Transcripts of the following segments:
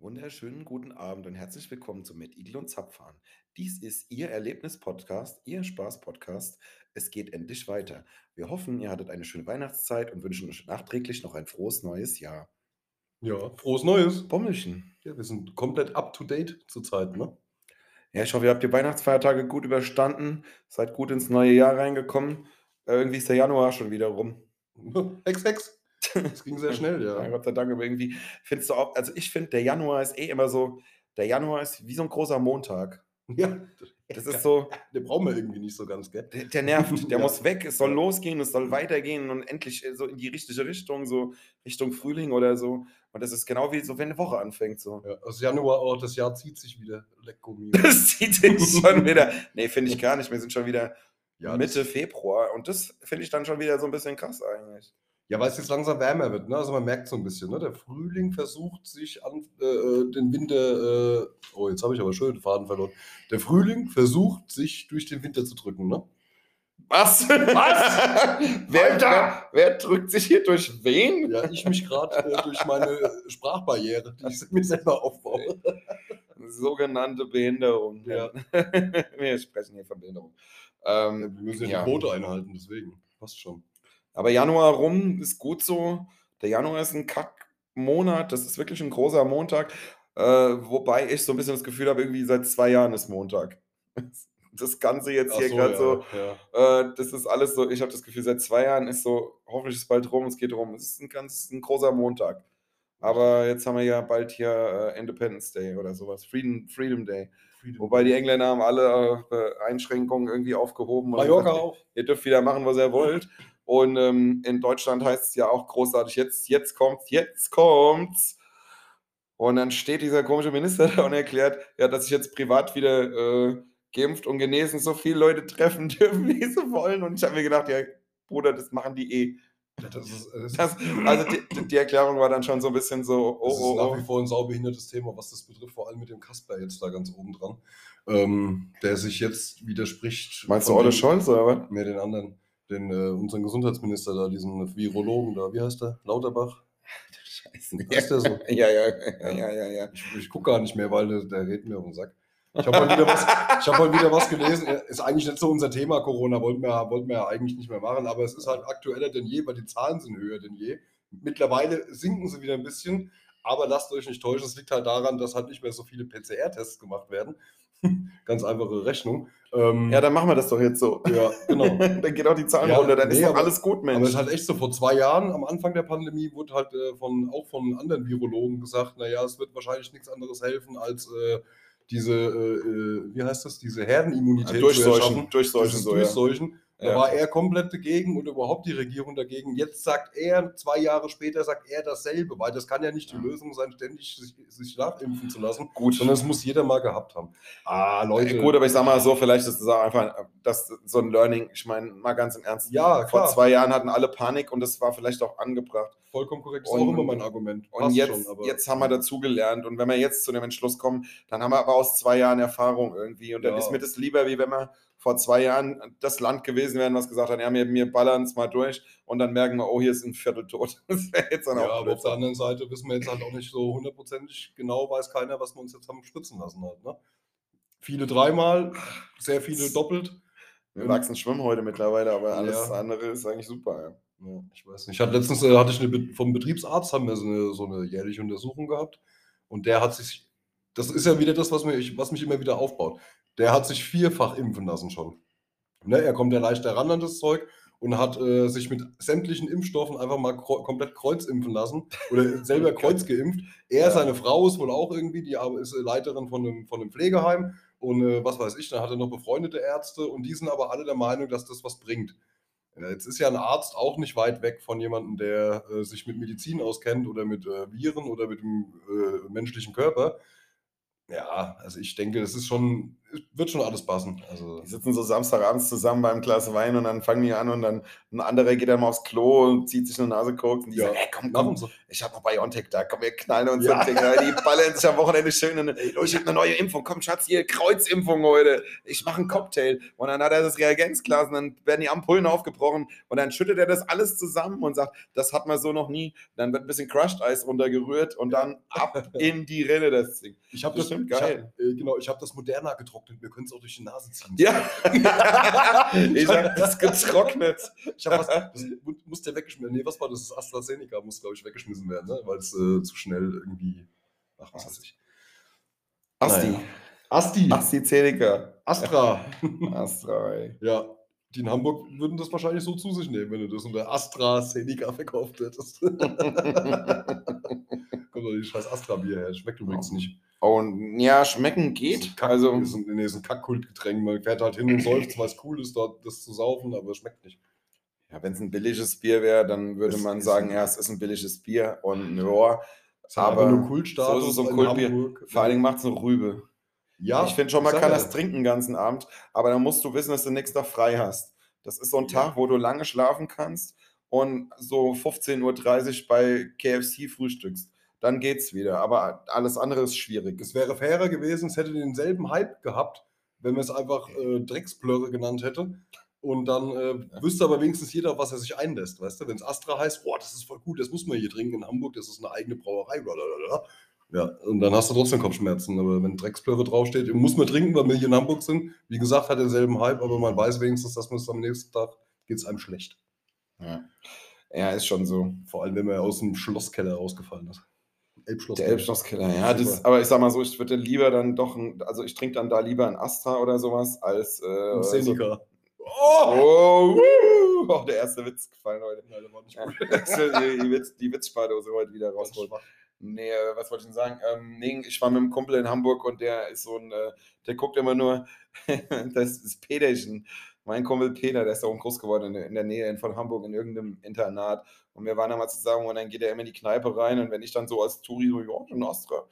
Wunderschönen guten Abend und herzlich willkommen zu Mit Igel und Zapfhahn. Dies ist Ihr Erlebnis-Podcast, Ihr Spaß-Podcast. Es geht endlich weiter. Wir hoffen, ihr hattet eine schöne Weihnachtszeit und wünschen euch nachträglich noch ein frohes neues Jahr. Ja, frohes Neues. Bommelchen. Ja, wir sind komplett up to date zurzeit, ne? Ja, ich hoffe, ihr habt die Weihnachtsfeiertage gut überstanden, seid gut ins neue Jahr reingekommen. Äh, Irgendwie ist der Januar schon wieder rum. ne? Hex, Hex. Das ging sehr schnell, Ja, ja. Gott sei Dank, aber irgendwie findest du auch, also ich finde, der Januar ist eh immer so, der Januar ist wie so ein großer Montag. Ja, Das ist so, den brauchen wir irgendwie nicht so ganz, gell? Der, der nervt, der Ja. muss weg, es soll Ja. losgehen, es soll weitergehen und endlich äh, so in die richtige Richtung, so Richtung Frühling oder so. Und das ist genau wie so, wenn eine Woche anfängt. So. Ja, aus Januar, oh, das Jahr zieht sich wieder. Lecko mio. Das zieht sich schon wieder. Nee, finde ich gar nicht. Wir sind schon wieder Ja, das, Mitte Februar und das finde ich dann schon wieder so ein bisschen krass eigentlich. ja, weil es jetzt langsam wärmer wird, ne? Also man merkt so ein bisschen, ne? Der Frühling versucht sich an äh, äh, den Winter, äh, oh, jetzt habe ich aber schön den Faden verloren. Der Frühling versucht sich durch den Winter zu drücken, ne? Was? Was? wer, wer, Alter! wer drückt sich hier durch wen? Ja, ich mich gerade äh, durch meine Sprachbarriere, die ich mir selber aufbaue. Sogenannte Behinderung. Ja. Wir sprechen hier von Behinderung. Ähm, Ja, wir müssen ja, Ja. die Quote einhalten, deswegen. Passt schon. Aber Januar rum ist gut so. Der Januar ist ein Kackmonat. Das ist wirklich ein großer Montag. Äh, wobei ich so ein bisschen das Gefühl habe, irgendwie seit zwei Jahren ist Montag. Das Ganze jetzt hier gerade ja, so, Ja. äh, das ist alles so, ich habe das Gefühl, seit zwei Jahren ist so, hoffentlich ist es bald rum, es geht rum. Es ist ein ganz ein großer Montag. Aber jetzt haben wir ja bald hier äh, Independence Day oder sowas, Freedom, Freedom Day. Wobei die Engländer haben alle äh, Einschränkungen irgendwie aufgehoben. und haben Mallorca gesagt, auch. ihr dürft wieder machen, was ihr wollt. Und ähm, in Deutschland heißt es ja auch großartig, jetzt, jetzt kommt's, jetzt kommt's. Und dann steht dieser komische Minister da und erklärt, ja, dass sich jetzt privat wieder äh, geimpft und genesen so viele Leute treffen dürfen, wie sie wollen. Und ich habe mir gedacht, ja, Bruder, das machen die eh. Ja, Das ist, das ist, Das, also die, die- die Erklärung war dann schon so ein bisschen so, das ist oh, nach oh, wie oh. vor ein saubehindertes Thema, was das betrifft, vor allem mit dem Kasper jetzt da ganz oben dran, ähm, der sich jetzt widerspricht. Meinst du von Olle dem- Scholz oder was? Nee, den anderen. Den, äh, unseren Gesundheitsminister da, diesen Virologen da, wie heißt der? Lauterbach? Scheiße. Heißt der so? Ja, ja, ja, ja, ja, ja. Ich, ich gucke gar nicht mehr, weil der, der redet mir auf den Sack. Ich habe mal wieder was Ich habe heute wieder was gelesen, ist eigentlich nicht so unser Thema Corona, wollten wir, wollten wir ja eigentlich nicht mehr machen, aber es ist halt aktueller denn je, weil die Zahlen sind höher denn je. Mittlerweile sinken sie wieder ein bisschen, aber lasst euch nicht täuschen, es liegt halt daran, dass halt nicht mehr so viele PCR-Tests gemacht werden. Ganz einfache Rechnung. Ähm, Ja, dann machen wir das doch jetzt so. ja, genau. dann geht auch die Zahlen Ja, runter, dann nee, ist doch aber- alles gut, Mensch. Aber es ist halt echt so, vor zwei Jahren, am Anfang der Pandemie, wurde halt äh, von, auch von anderen Virologen gesagt, naja, es wird wahrscheinlich nichts anderes helfen, als äh, diese, äh, äh, wie heißt das, diese Herdenimmunität zu durchseuchen, erschaffen. Dieses durchseuchen so, ja. Durchseuchen. Da Ja. war er komplett dagegen und überhaupt die Regierung dagegen. Jetzt sagt er, zwei Jahre später sagt er dasselbe, weil das kann ja nicht die Lösung sein, ständig sich, sich nachimpfen zu lassen, Gut. sondern das muss jeder mal gehabt haben. Ah, Leute. Äh, Gut, aber ich sag mal so, vielleicht ist es auch einfach das, so ein Learning. Ich meine, mal ganz im Ernst. ja, Vor klar. zwei Jahren hatten alle Panik und das war vielleicht auch angebracht. vollkommen korrekt. Ist Und- auch immer mein Argument. Und Passt jetzt, schon, aber- jetzt haben wir dazugelernt. Und wenn wir jetzt zu dem Entschluss kommen, dann haben wir aber aus zwei Jahren Erfahrung irgendwie. Und dann Ja. ist mir das lieber, wie wenn wir vor zwei Jahren das Land gewesen wären, was gesagt hat, ja, wir, wir ballern es mal durch und dann merken wir, oh, hier ist ein Viertel tot. Das wäre jetzt dann Ja, auch aber auf blöd. der anderen Seite wissen wir jetzt halt auch nicht so hundertprozentig genau, weiß keiner, was wir uns jetzt haben spritzen lassen halt. Ne? Viele dreimal, sehr viele doppelt. Wir wachsen Schwimm heute mittlerweile, aber alles Ja. andere ist eigentlich super. Ja. Ja, ich weiß nicht. Ich hatte letztens äh, hatte ich eine, Be- vom Betriebsarzt haben wir so eine, so eine jährliche Untersuchung gehabt und der hat sich, das ist ja wieder das, was mich, was mich immer wieder aufbaut. Der hat sich vierfach impfen lassen schon. Ne, er kommt ja leicht daran an das Zeug und hat äh, sich mit sämtlichen Impfstoffen einfach mal kro komplett kreuz impfen lassen oder selber kreuz geimpft. Er, Ja. seine Frau ist wohl auch irgendwie, die aber ist äh, Leiterin von einem, von einem Pflegeheim und äh, was weiß ich, dann hat er noch befreundete Ärzte und die sind aber alle der Meinung, dass das was bringt. Ja, Äh, Jetzt ist ja ein Arzt auch nicht weit weg von jemandem, der äh, sich mit Medizin auskennt oder mit äh, Viren oder mit dem äh, menschlichen Körper. Ja, also ich denke, das ist schon, wird schon alles passen. Also, Die sitzen so Samstagabends zusammen beim Glas Wein und dann fangen die an und dann ein anderer geht dann mal aufs Klo und zieht sich eine Nase Koks und die Ja. sagen, hey, komm, komm, warum so? ich hab noch Biontech da, komm, wir knallen uns Ja. ab, Digga. ne? Die ballern sich am Wochenende schön und ich hab eine neue Impfung, komm, Schatz, hier, Kreuzimpfung heute. Ich mache einen Cocktail. Und dann hat er das Reagenzglas und dann werden die Ampullen aufgebrochen und dann schüttet er das alles zusammen und sagt, das hat man so noch nie. Dann wird ein bisschen Crushed Eis runtergerührt und dann ab in die Rinne das Ding. Ich habe Das das, stimmt, ich hab, geil. äh, genau, ich habe das Moderna getrocknet. Wir können es auch durch die Nase ziehen. Ja, ich hab das getrocknet. Ich hab was, das mu- muss der weggeschmissen. Nee, was war das? Das AstraZeneca muss, glaube ich, weggeschmissen werden, ne? weil es äh, zu schnell irgendwie. Ach, was weiß ich. Asti. Naja. Asti. AstraZeneca. Astra. Astra, ey. Ja. Die in Hamburg würden das wahrscheinlich so zu sich nehmen, wenn du das unter AstraZeneca verkauft hättest. Kommt doch die scheiß Astra-Bier her. Schmeckt übrigens nicht. Und Oh, ja, schmecken Ist ein geht. Kack, Also, ist ein, nee, ist ein Kackkultgetränk. Man fährt halt hin und seufzt, weil es cool ist, dort das zu saufen, aber es schmeckt nicht. ja, wenn es ein billiges Bier wäre, dann würde Es man ist sagen, ein- ja, es ist ein billiges Bier und ja, Es hat Aber einfach nur Kultstatus so ist es so ein in Kultbier. Hamburg. vor allen Dingen macht es eine Rübe. ja, ich finde schon, ich man sag kann ja. das trinken den ganzen Abend, aber dann musst du wissen, dass du nächsten Tag frei hast. Das ist so ein Ja. Tag, wo du lange schlafen kannst und so 15.30 Uhr bei KFC frühstückst. Dann geht's wieder, aber alles andere ist schwierig. Es wäre fairer gewesen, es hätte denselben Hype gehabt, wenn man es einfach äh, Drecksblöre genannt hätte. Und dann äh, wüsste aber wenigstens jeder, was er sich einlässt, weißt du? Wenn es Astra heißt, boah, das ist voll gut, das muss man hier trinken in Hamburg, das ist eine eigene Brauerei, blablabla. Ja, und dann hast du trotzdem Kopfschmerzen. Aber wenn Drecksblöre draufsteht, muss man trinken, weil wir hier in Hamburg sind. Wie gesagt, hat denselben Hype, aber man weiß wenigstens, dass man es am nächsten Tag geht es einem schlecht. Ja, ja ist schon so. Vor allem, wenn man aus dem Schlosskeller rausgefallen ist. Der Elbschlosskeller. Elbschlosskiller, ja. Das, Super. aber ich sag mal so, ich würde lieber dann doch, ein, also ich trinke dann da lieber ein Astra oder sowas als. Äh, Ein so, Seneca. oh, wuhu, oh, der erste Witz gefallen heute. Nein, der war nicht Ja. gut. die, die Witz, die Witzspardose heute wieder rausholen. Nee, äh, was wollte ich denn sagen? Ähm, nee, ich war mit einem Kumpel in Hamburg und der ist so ein, äh, der guckt immer nur, das ist Peterchen. Mein Kumpel Peter, der ist da oben groß geworden in der, in der Nähe in- von Hamburg in irgendeinem Internat. Und wir waren da mal zusammen und dann geht er immer in die Kneipe rein und wenn ich dann so als Touri so, ja, ein Astra,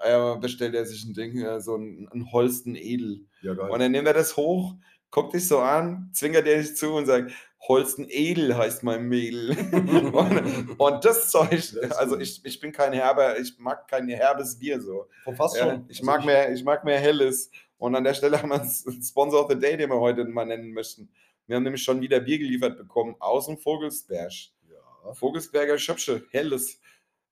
äh, bestellt er sich ein Ding, äh, so ein, ein Holsten Edel. Ja, geil. Und dann nimmt er das hoch, guckt dich so an, zwinkert dir nicht zu und sagt, Holsten Edel heißt mein Mädel. und, und das Zeug, Das ist also gut. ich, ich bin kein Herber, ich mag kein herbes Bier so. Von fast Ja, schon. ich, Also mag mehr, ich mag mehr helles. Und an der Stelle haben wir einen Sponsor of the Day, den wir heute mal nennen möchten. Wir haben nämlich schon wieder Bier geliefert bekommen aus dem Vogelsberg. Ja. Vogelsberger Schöpsche, helles.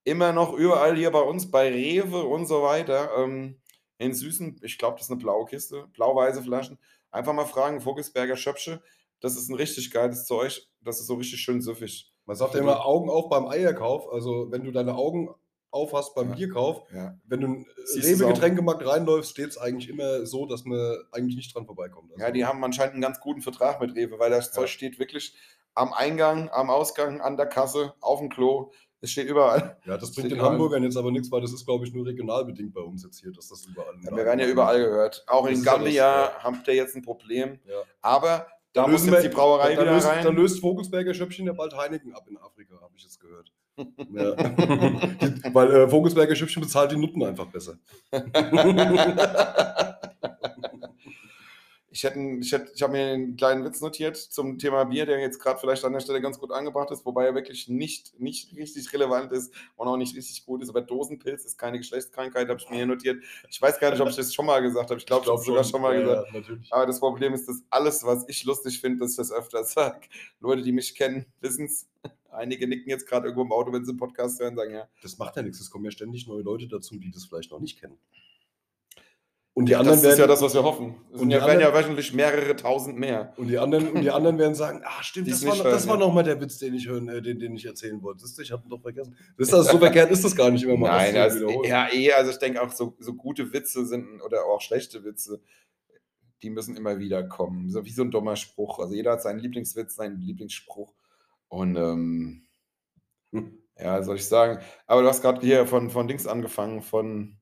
Immer noch überall hier bei uns, bei Rewe und so weiter. Ähm, in süßen, ich glaube, das ist eine blaue Kiste, blau-weiße Flaschen. Einfach mal fragen, Vogelsberger Schöpsche. Das ist ein richtig geiles Zeug. Das ist so richtig schön süffig. Man sagt ja immer Augen auf beim Eierkauf. Also, wenn du deine Augen auf hast beim Ja. Bierkauf, Ja. wenn du in Siehst du's Rewe Getränkemarkt reinläufst, steht es eigentlich immer so, dass man eigentlich nicht dran vorbeikommt. Also, ja, die haben anscheinend einen ganz guten Vertrag mit Rewe, weil das Ja. Zeug steht wirklich am Eingang, am Ausgang, an der Kasse, auf dem Klo. Es steht überall. ja, das bringt den egal. Hamburgern jetzt aber nichts, weil das ist, glaube ich, nur regional bedingt bei uns jetzt hier, dass das überall. Ja, wir werden ja überall gehört. Auch Das in ist ja das, Gambia ja. habt ihr jetzt ein Problem. Ja. Aber da Dann muss lösen jetzt wir- die Brauerei dann wieder löst, rein. Dann löst Vogelsberger Schöppchen ja bald Heineken ab in Afrika, habe ich jetzt gehört. Ja. Die- Weil äh, Vogelsberger Schöppchen bezahlt die Nutten einfach besser. Ich, hätte, einen- ich, hätte, ich habe mir einen kleinen Witz notiert zum Thema Bier, der jetzt gerade vielleicht an der Stelle ganz gut angebracht ist, wobei er wirklich nicht, nicht richtig relevant ist und auch nicht richtig gut ist. Aber Dosenpilz ist keine Geschlechtskrankheit, habe ich mir hier notiert. Ich weiß gar nicht, ob ich das schon mal gesagt habe. Ich glaube, ich habe es sogar schon mal ja, gesagt. Ja, natürlich. Aber das Problem ist, dass alles, was ich lustig finde, dass ich das öfter sage. Leute, die mich kennen, wissen es. Einige nicken jetzt gerade irgendwo im Auto, wenn sie einen Podcast hören, sagen ja. Das macht ja nichts. Es kommen ja ständig neue Leute dazu, die das vielleicht noch nicht kennen. Und die Das anderen ist werden, ja das, was wir hoffen. Es Und sind die ja, werden ja anderen- wöchentlich mehrere tausend mehr. und die anderen, und die anderen werden sagen, ah stimmt, Die das es war, nicht noch- das hören, war ja. nochmal der Witz, den ich hören, äh, den, den ich erzählen wollte. Siehst du, ich habe ihn doch vergessen. Das ist also so verkehrt ist das gar nicht immer was Nein, zu also, wiederholen. ja, eh, also ich denke auch, so, so gute Witze sind oder auch schlechte Witze, die müssen immer wieder kommen. So wie so ein dummer Spruch. Also jeder hat seinen Lieblingswitz, seinen Lieblingsspruch. Und ähm, Hm. ja, was soll ich sagen. Aber du hast gerade hier von, von Dings angefangen, von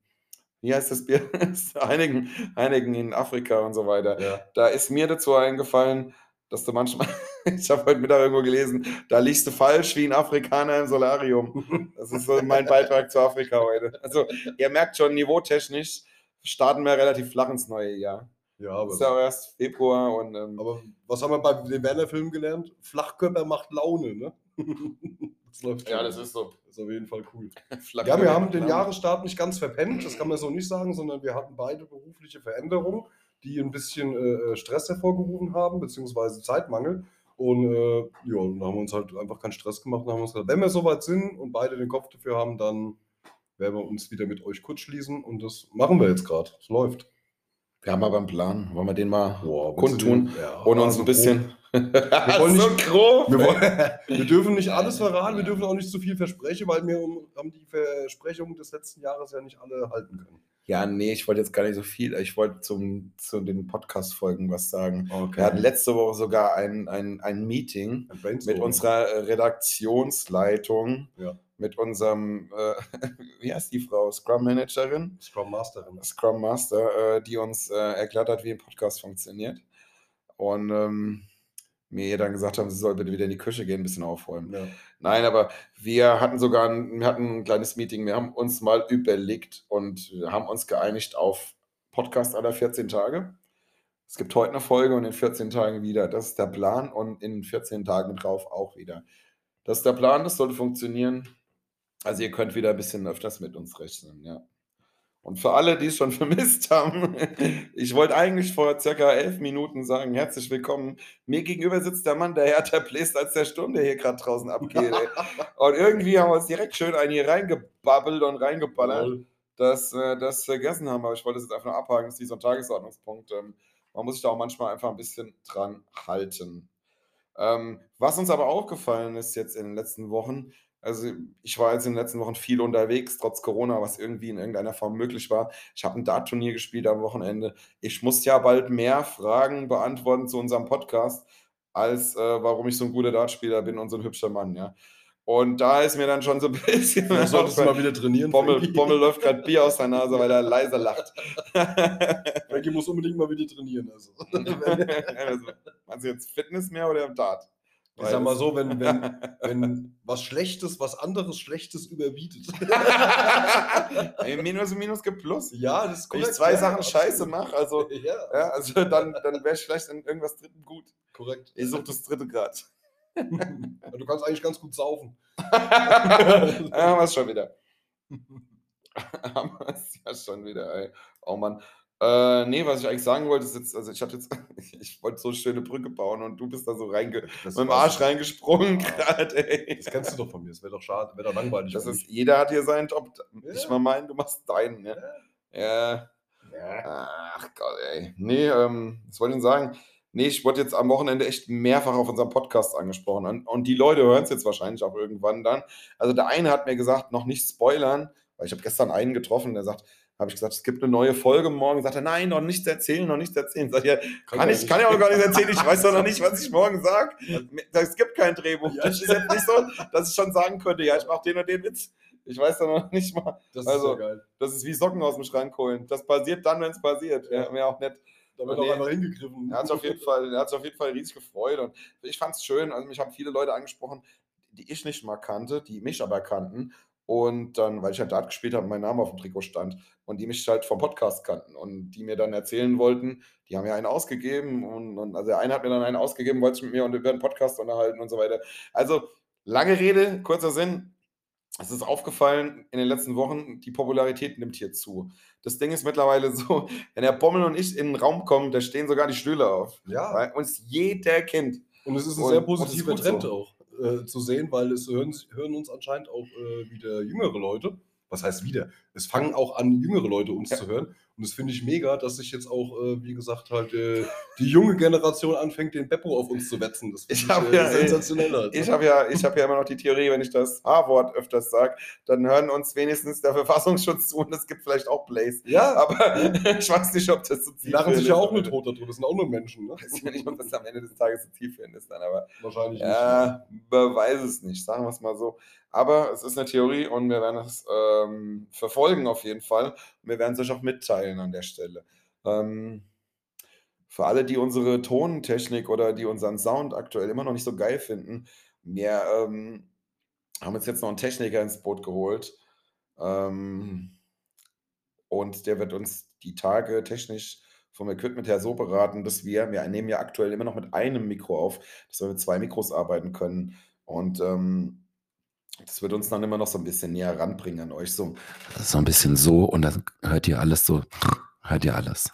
wie heißt das Bier? Einigen, Einigen in Afrika und so weiter. Ja. Da ist mir dazu eingefallen, dass du manchmal, ich habe heute Mittag irgendwo gelesen, da liegst du falsch wie ein Afrikaner im Solarium. Das ist so mein Beitrag zu Afrika heute. Also, ihr merkt schon, niveautechnisch starten wir relativ flach ins neue Jahr. Ja, aber, Ist ja auch erst Februar und ähm, aber was haben wir bei dem Werner-Film gelernt? Flachkörper macht Laune, ne? das läuft ja, schon. das ist so. ist auf jeden Fall cool. Flach- Ja, wir haben den Jahresstart nicht ganz verpennt, das kann man so nicht sagen, sondern wir hatten beide berufliche Veränderungen, die ein bisschen äh, Stress hervorgerufen haben, beziehungsweise Zeitmangel. Und äh, ja, dann haben wir uns halt einfach keinen Stress gemacht und haben uns gesagt, wenn wir soweit sind und beide den Kopf dafür haben, dann werden wir uns wieder mit euch kurz schließen und das machen wir jetzt gerade. Es läuft. Wir haben aber einen Plan. Wollen wir den mal Boah, willst du kundtun den- Ja, und uns so ein bisschen. wollen so nicht- grob. Wir, wollen, wir dürfen nicht alles verraten, wir dürfen auch nicht zu viel versprechen, weil wir haben die Versprechungen des letzten Jahres ja nicht alle halten können. Ja, nee, ich wollte jetzt gar nicht so viel. Ich wollte zum, zu den Podcast-Folgen was sagen. Okay. Wir hatten letzte Woche sogar ein, ein, ein Meeting mit unserer äh, Redaktionsleitung, Ja. mit unserem, äh, wie heißt die Frau, Scrum Managerin, Scrum Masterin. Scrum Master, äh, die uns äh, erklärt hat, wie ein Podcast funktioniert. Und ähm, mir dann gesagt haben, sie soll bitte wieder in die Küche gehen, ein bisschen aufräumen. Ja. Nein, aber wir hatten sogar ein, wir hatten ein kleines Meeting, wir haben uns mal überlegt und haben uns geeinigt auf Podcast aller 14 Tage. Es gibt heute eine Folge und in 14 Tagen wieder. Das ist der Plan und in 14 Tagen drauf auch wieder. Das ist der Plan, das sollte funktionieren. Also ihr könnt wieder ein bisschen öfters mit uns rechnen, ja. Und für alle, die es schon vermisst haben, ich wollte eigentlich vor circa elf Minuten sagen, herzlich willkommen. Mir gegenüber sitzt der Mann, der härter bläst als der Sturm, der hier gerade draußen abgeht. Ey. Und irgendwie haben wir uns direkt schön einen hier reingebabbelt und reingeballert dass äh, das vergessen haben, aber ich wollte es jetzt einfach nur abhaken, das ist wie so ein Tagesordnungspunkt. Ähm, man muss sich da auch manchmal einfach ein bisschen dran halten. Ähm, was uns aber aufgefallen ist jetzt in den letzten Wochen, also ich war jetzt in den letzten Wochen viel unterwegs, trotz Corona, was irgendwie in irgendeiner Form möglich war. Ich habe ein Dart-Turnier gespielt am Wochenende. Ich muss ja bald mehr Fragen beantworten zu unserem Podcast, als äh, warum ich so ein guter Dartspieler bin und so ein hübscher Mann, ja. Und da ist mir dann schon so ein bisschen. Du solltest aufgefallen- mal wieder trainieren. Bommel, Frankie. Bommel läuft gerade Bier aus der Nase, weil er leiser lacht. Frankie muss unbedingt mal wieder trainieren. Also. also, meinst du jetzt Fitness mehr oder Dart? Ich sag mal so, wenn, wenn, wenn was Schlechtes, was anderes Schlechtes überbietet. Ey, Minus und Minus gibt Plus. ja, das ist Wenn ich korrekt, zwei ja, Sachen absolut. scheiße mache, also, Ja, ja, also dann, dann wäre ich vielleicht in irgendwas Dritten gut. korrekt. Ich suche das dritte Grad. Du kannst eigentlich ganz gut saufen. Haben wir es schon wieder. Haben wir es ja schon wieder, ey. Oh Mann. Äh, nee, was ich eigentlich sagen wollte, ist jetzt, also ich hatte jetzt, ich wollte so schöne Brücke bauen und du bist da so reinge Das mit dem Arsch rein. reingesprungen Ja. gerade, ey. Das kennst du doch von mir. Das wäre doch schade, wäre doch langweilig. Das wenn ist, jeder hat hier seinen Top. Ich Ja. mal meinen, du machst deinen, ne? Ja. ich- Ja. Ach Gott, ey. Nee, ähm, was wollte ich denn sagen? Nee, ich wurde jetzt am Wochenende echt mehrfach auf unserem Podcast angesprochen. Und, und die Leute hören es jetzt wahrscheinlich auch irgendwann dann. Also der eine hat mir gesagt, noch nicht spoilern, weil ich habe gestern einen getroffen, der sagt, habe ich gesagt, es gibt eine neue Folge morgen. Sagt er, nein, noch nichts erzählen, noch nichts erzählen. Sag ich, ja, kann, ja ich, nicht. kann ich auch gar nicht erzählen, ich weiß doch noch nicht, was ich morgen sage. Es gibt kein Drehbuch. Ja. Das ist jetzt nicht so, dass ich schon sagen könnte, ja, ich mache den und den Witz. Ich weiß doch noch nicht mal, Das also- ist ja geil. das ist wie Socken aus dem Schrank holen. Das passiert dann, wenn es passiert. Ja. Ja. Wäre auch nett. Da wird Nee. doch einfach hingegriffen. Er hat sich auf jeden Fall, er hat sich auf jeden Fall riesig gefreut und ich fand es schön. Also mich haben viele Leute angesprochen, die ich nicht mal kannte, die mich aber kannten. Und dann, weil ich halt Dart gespielt habe, und mein Name auf dem Trikot stand und die mich halt vom Podcast kannten und die mir dann erzählen wollten, die haben mir einen ausgegeben und, und also der eine hat mir dann einen ausgegeben, wollte sich mit mir und über den Podcast unterhalten und so weiter. Also lange Rede, kurzer Sinn. Es ist aufgefallen in den letzten Wochen, die Popularität nimmt hier zu. Das Ding ist mittlerweile so, wenn der Bommel und ich in den Raum kommen, da stehen sogar die Stühle auf. Ja. Bei uns jeder kennt. Und es ist ein Und- sehr und es ist positiver gut Trend so. auch äh, zu sehen, weil es hören, hören uns anscheinend auch äh, wieder jüngere Leute. Was heißt wieder? Es fangen auch an, jüngere Leute uns Ja. zu hören. Und das finde ich mega, dass sich jetzt auch, äh, wie gesagt, halt äh, die junge Generation anfängt, den Beppo auf uns zu wetzen. Das finde Ich hab äh, ja, ey, sensationell. Halt. Ich habe ja, ich hab ja immer noch die Theorie, wenn ich das H-Wort öfters sage, dann hören uns wenigstens der Verfassungsschutz zu und es gibt vielleicht auch Plays. ja, Aber ich weiß nicht, ob das so die lachen sich ja auch nur mit tot darüber. Das sind auch nur Menschen, ne? Ich weiß ja nicht, ob das am Ende des Tages so zielführend ist dann, aber Wahrscheinlich nicht. ja, wer weiß es nicht, sagen wir es mal so. Aber es ist eine Theorie und wir werden es ähm, verfolgen auf jeden Fall. Wir werden es euch auch mitteilen an der Stelle. Ähm, für alle, die unsere Tontechnik oder die unseren Sound aktuell immer noch nicht so geil finden, wir ähm, haben uns jetzt noch einen Techniker ins Boot geholt. Ähm, und der wird uns die Tage technisch vom Equipment her so beraten, dass wir, wir nehmen ja aktuell immer noch mit einem Mikro auf, dass wir mit zwei Mikros arbeiten können. Und ähm, das wird uns dann immer noch so ein bisschen näher ranbringen an euch. So, Das ist so ein bisschen so und dann hört ihr alles so, hört ihr alles.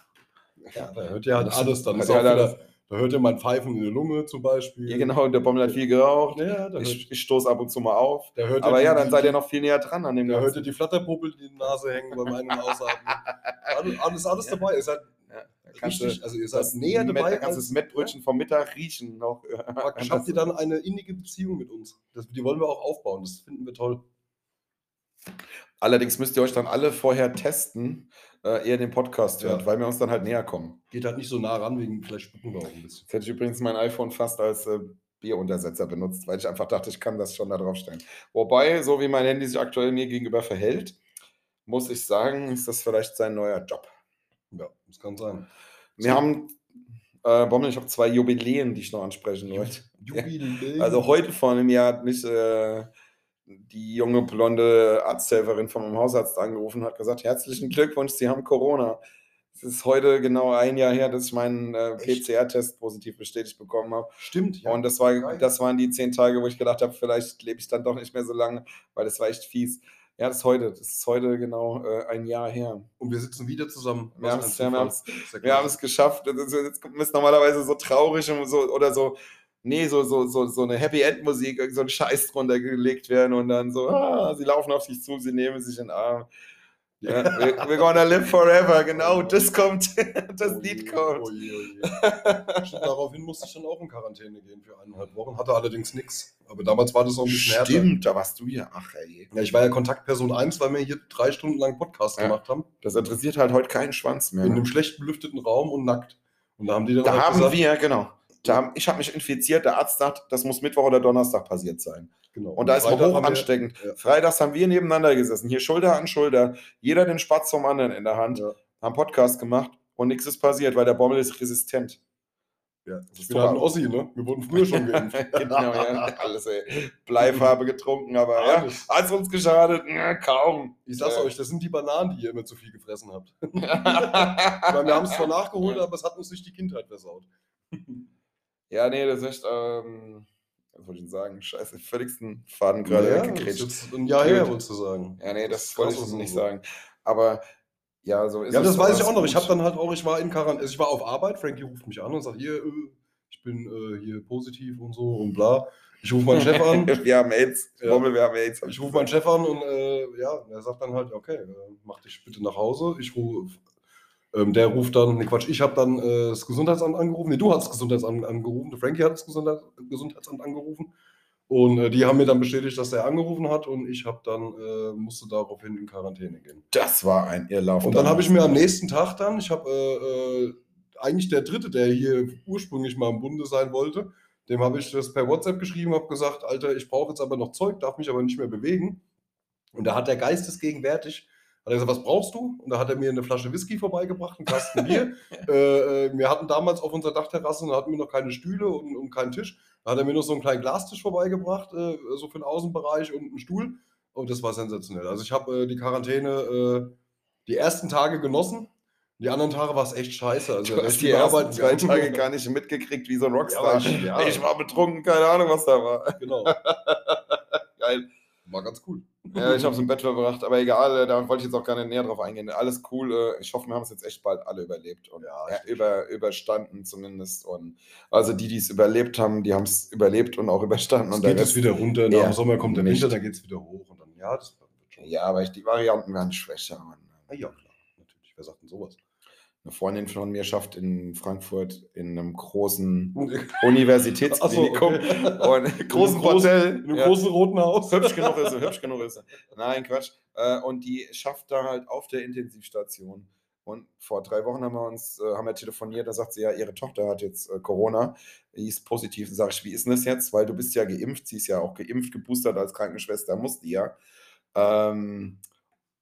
Ja, da hört ihr halt Das- alles. Dann hört ist ihr auch halt wieder, da hört ihr mein Pfeifen in der Lunge zum Beispiel. ja, genau, der Bommel hat viel geraucht. Ja, da hört, Ich, ich stoße ab und zu mal auf. da hört ihr Aber die- ja, dann seid ihr die- noch viel näher dran an dem Da hört ihr Ganzen. die Flatterpuppe, die in die Nase hängen beim Ein- und Ausatmen. Alles, alles, alles Ja. dabei. Ihr seid Da kannst du richtig, also ihr seid das näher Met, dabei. da kannst du das Mettbrötchen vom Mittag riechen noch. Praktisch habt ihr dann eine innige Beziehung mit uns. Das, die wollen wir auch aufbauen. Das finden wir toll. Allerdings müsst ihr euch dann alle vorher testen, äh, ehe den Podcast Ja. hört, weil wir uns dann halt näher kommen. Geht halt nicht so nah ran, wegen vielleicht spucken wir auch ein bisschen. Jetzt hätte ich übrigens mein iPhone fast als äh, Bieruntersetzer benutzt, weil ich einfach dachte, ich kann das schon da draufstellen. Wobei, so wie mein Handy sich aktuell mir gegenüber verhält, muss ich sagen, ist das vielleicht sein neuer Job. Ja, das kann sein. Wir haben, äh, Bommel, ich habe zwei Jubiläen, die ich noch ansprechen wollte. Jubiläum. Also heute vor einem Jahr hat mich äh, die junge blonde Arzthelferin von meinem Hausarzt angerufen und hat gesagt, herzlichen Glückwunsch, Sie haben Corona. Es ist heute genau ein Jahr her, dass ich meinen äh, Echt? PCR-Test positiv bestätigt bekommen habe. Stimmt, ja. und das, war, geil. das waren die zehn Tage, wo ich gedacht habe, vielleicht lebe ich dann doch nicht mehr so lange, weil das war echt fies. Ja, das ist heute. Das ist heute genau äh, ein Jahr her. Und wir sitzen wieder zusammen. Wir haben's, Was für ein ja, wir Zufall. Ist ja Wir krass. haben es geschafft. Das ist- Jetzt kommt- ist normalerweise so traurig und so, oder so, nee, so, so, so, so eine Happy End Musik, irgend so ein Scheiß drunter gelegt werden und dann so, ah, sie laufen auf dich zu, sie nehmen sich in den Arm. Ja, we- we're gonna live forever, genau, das kommt, das Oh je, Lied kommt. oh je, oh je. Stimmt, Daraufhin musste ich dann auch in Quarantäne gehen für eineinhalb Wochen. Hatte allerdings nichts. Aber damals war das auch ein bisschen härter. da warst du ja, ach ey. ne? Ja, ich war ja Kontaktperson 1, weil wir hier drei Stunden lang Podcast Ja. gemacht haben. Das interessiert halt heute keinen Schwanz mehr. In ne? einem schlecht belüfteten Raum und nackt. Und da haben die dann Da halt haben gesagt, wir, genau, da haben, ich habe mich infiziert, der Arzt sagt, das muss Mittwoch oder Donnerstag passiert sein. genau, Und da ist man Freitag hoch haben wir- ansteckend. ja. Freitags haben wir nebeneinander gesessen, hier Schulter an Schulter, jeder den Spatz vom anderen in der Hand, Ja. haben Podcast gemacht und nichts ist passiert, weil der Bommel ist resistent. Ja, ich ist bin doch halt ein auch- Ossi, ne? Wir wurden früher schon geimpft. genau, ja, alles, ey. Bleifarbe getrunken, aber ja, Alles. hat uns geschadet? Na, kaum. Ich sag's Ja. euch, das sind die Bananen, die ihr immer zu viel gefressen habt. Ich meine, wir haben es zwar ja, nachgeholt, Ja. aber es hat uns nicht die Kindheit versaut. nee, das ist echt, ähm, was wollte ich denn sagen? Scheiße, völligsten Faden gerade ja, weggekretscht. das ist jetzt ein Jahr her, Blöd. wolltest du sagen. Ja, nee, Das das, ist wollte krass, ich was nicht man so- sagen. Aber ja, so ist ja, es. das aber weiß ich ist auch noch. Ich gut. habe dann halt auch, ich war in Quarantäne, also ich war auf Arbeit, Frankie ruft mich an und sagt, hier, äh, ich bin äh, hier positiv und so und bla. Ich rufe meinen Chef an, Wir haben AIDS. Ja. Bommel, wir haben AIDS. hab ich rufe meinen Chef an und äh, ja, er sagt dann halt, okay, äh, mach dich bitte nach Hause. Ich rufe, ähm, der ruft dann, nee Quatsch, ich habe dann äh, das Gesundheitsamt angerufen, nee, du hast das Gesundheitsamt angerufen, der Frankie hat das Gesundheits Gesundheitsamt angerufen und äh, die haben mir dann bestätigt, dass er angerufen hat und ich habe dann, äh, musste daraufhin in Quarantäne gehen. Das war ein Irrlauf. Und dann habe ich mir am nächsten Tag dann, ich habe äh, äh, eigentlich der Dritte, der hier ursprünglich mal im Bunde sein wollte, dem habe ich das per WhatsApp geschrieben, habe gesagt, Alter, ich brauche jetzt aber noch Zeug, darf mich aber nicht mehr bewegen. Und da hat der geistesgegenwärtig, hat er gesagt, was brauchst du? Und da hat er mir eine Flasche Whisky vorbeigebracht, einen Kasten Bier. äh, äh, wir hatten damals auf unserer Dachterrasse, und da hatten wir noch keine Stühle und, und keinen Tisch. Da hat er mir noch so einen kleinen Glastisch vorbeigebracht, äh, so für den Außenbereich und einen Stuhl. Und das war sensationell. Also ich habe äh, die Quarantäne äh, die ersten Tage genossen. Die anderen Tage war es echt scheiße. Also Du der hast Rest die über ersten Arbeit- zwei Tage gar nicht mitgekriegt, wie so ein ja, aber Rockstar. ich, ja, ich war betrunken, keine Ahnung, was da war. genau. Geil. War ganz cool. Ja, ich habe es im Bett verbracht, aber egal, äh, da wollte ich jetzt auch gar nicht näher drauf eingehen. Alles cool. äh, Ich hoffe, wir haben es jetzt echt bald alle überlebt und Ja, äh, über, überstanden zumindest. Und also die, die es überlebt haben, die haben es überlebt und auch überstanden. Dann und der geht es Rest- wieder runter. Ja, Nach dem Sommer kommt der nicht. Winter, dann geht es wieder hoch. Und dann, ja, das wird schon. Ja, aber ich, die Varianten werden schwächer. Mann. Na ja, klar. Natürlich. Wer sagt denn sowas? Eine Freundin von mir schafft in Frankfurt in einem großen Universitätsklinikum okay. und einem großen einem großen- Hotel. In einem ja. großen roten Haus. Hübsch genug ist sie, hübsch genug ist sie. Nein, Quatsch. Äh, und die schafft da halt auf der Intensivstation. Und vor drei Wochen haben wir uns, äh, haben wir telefoniert, da sagt sie ja, ihre Tochter hat jetzt äh, Corona, die ist positiv. Dann sage ich, wie ist denn das jetzt? Weil du bist ja geimpft, sie ist ja auch geimpft, geboostert als Krankenschwester, muss die ja. Ähm,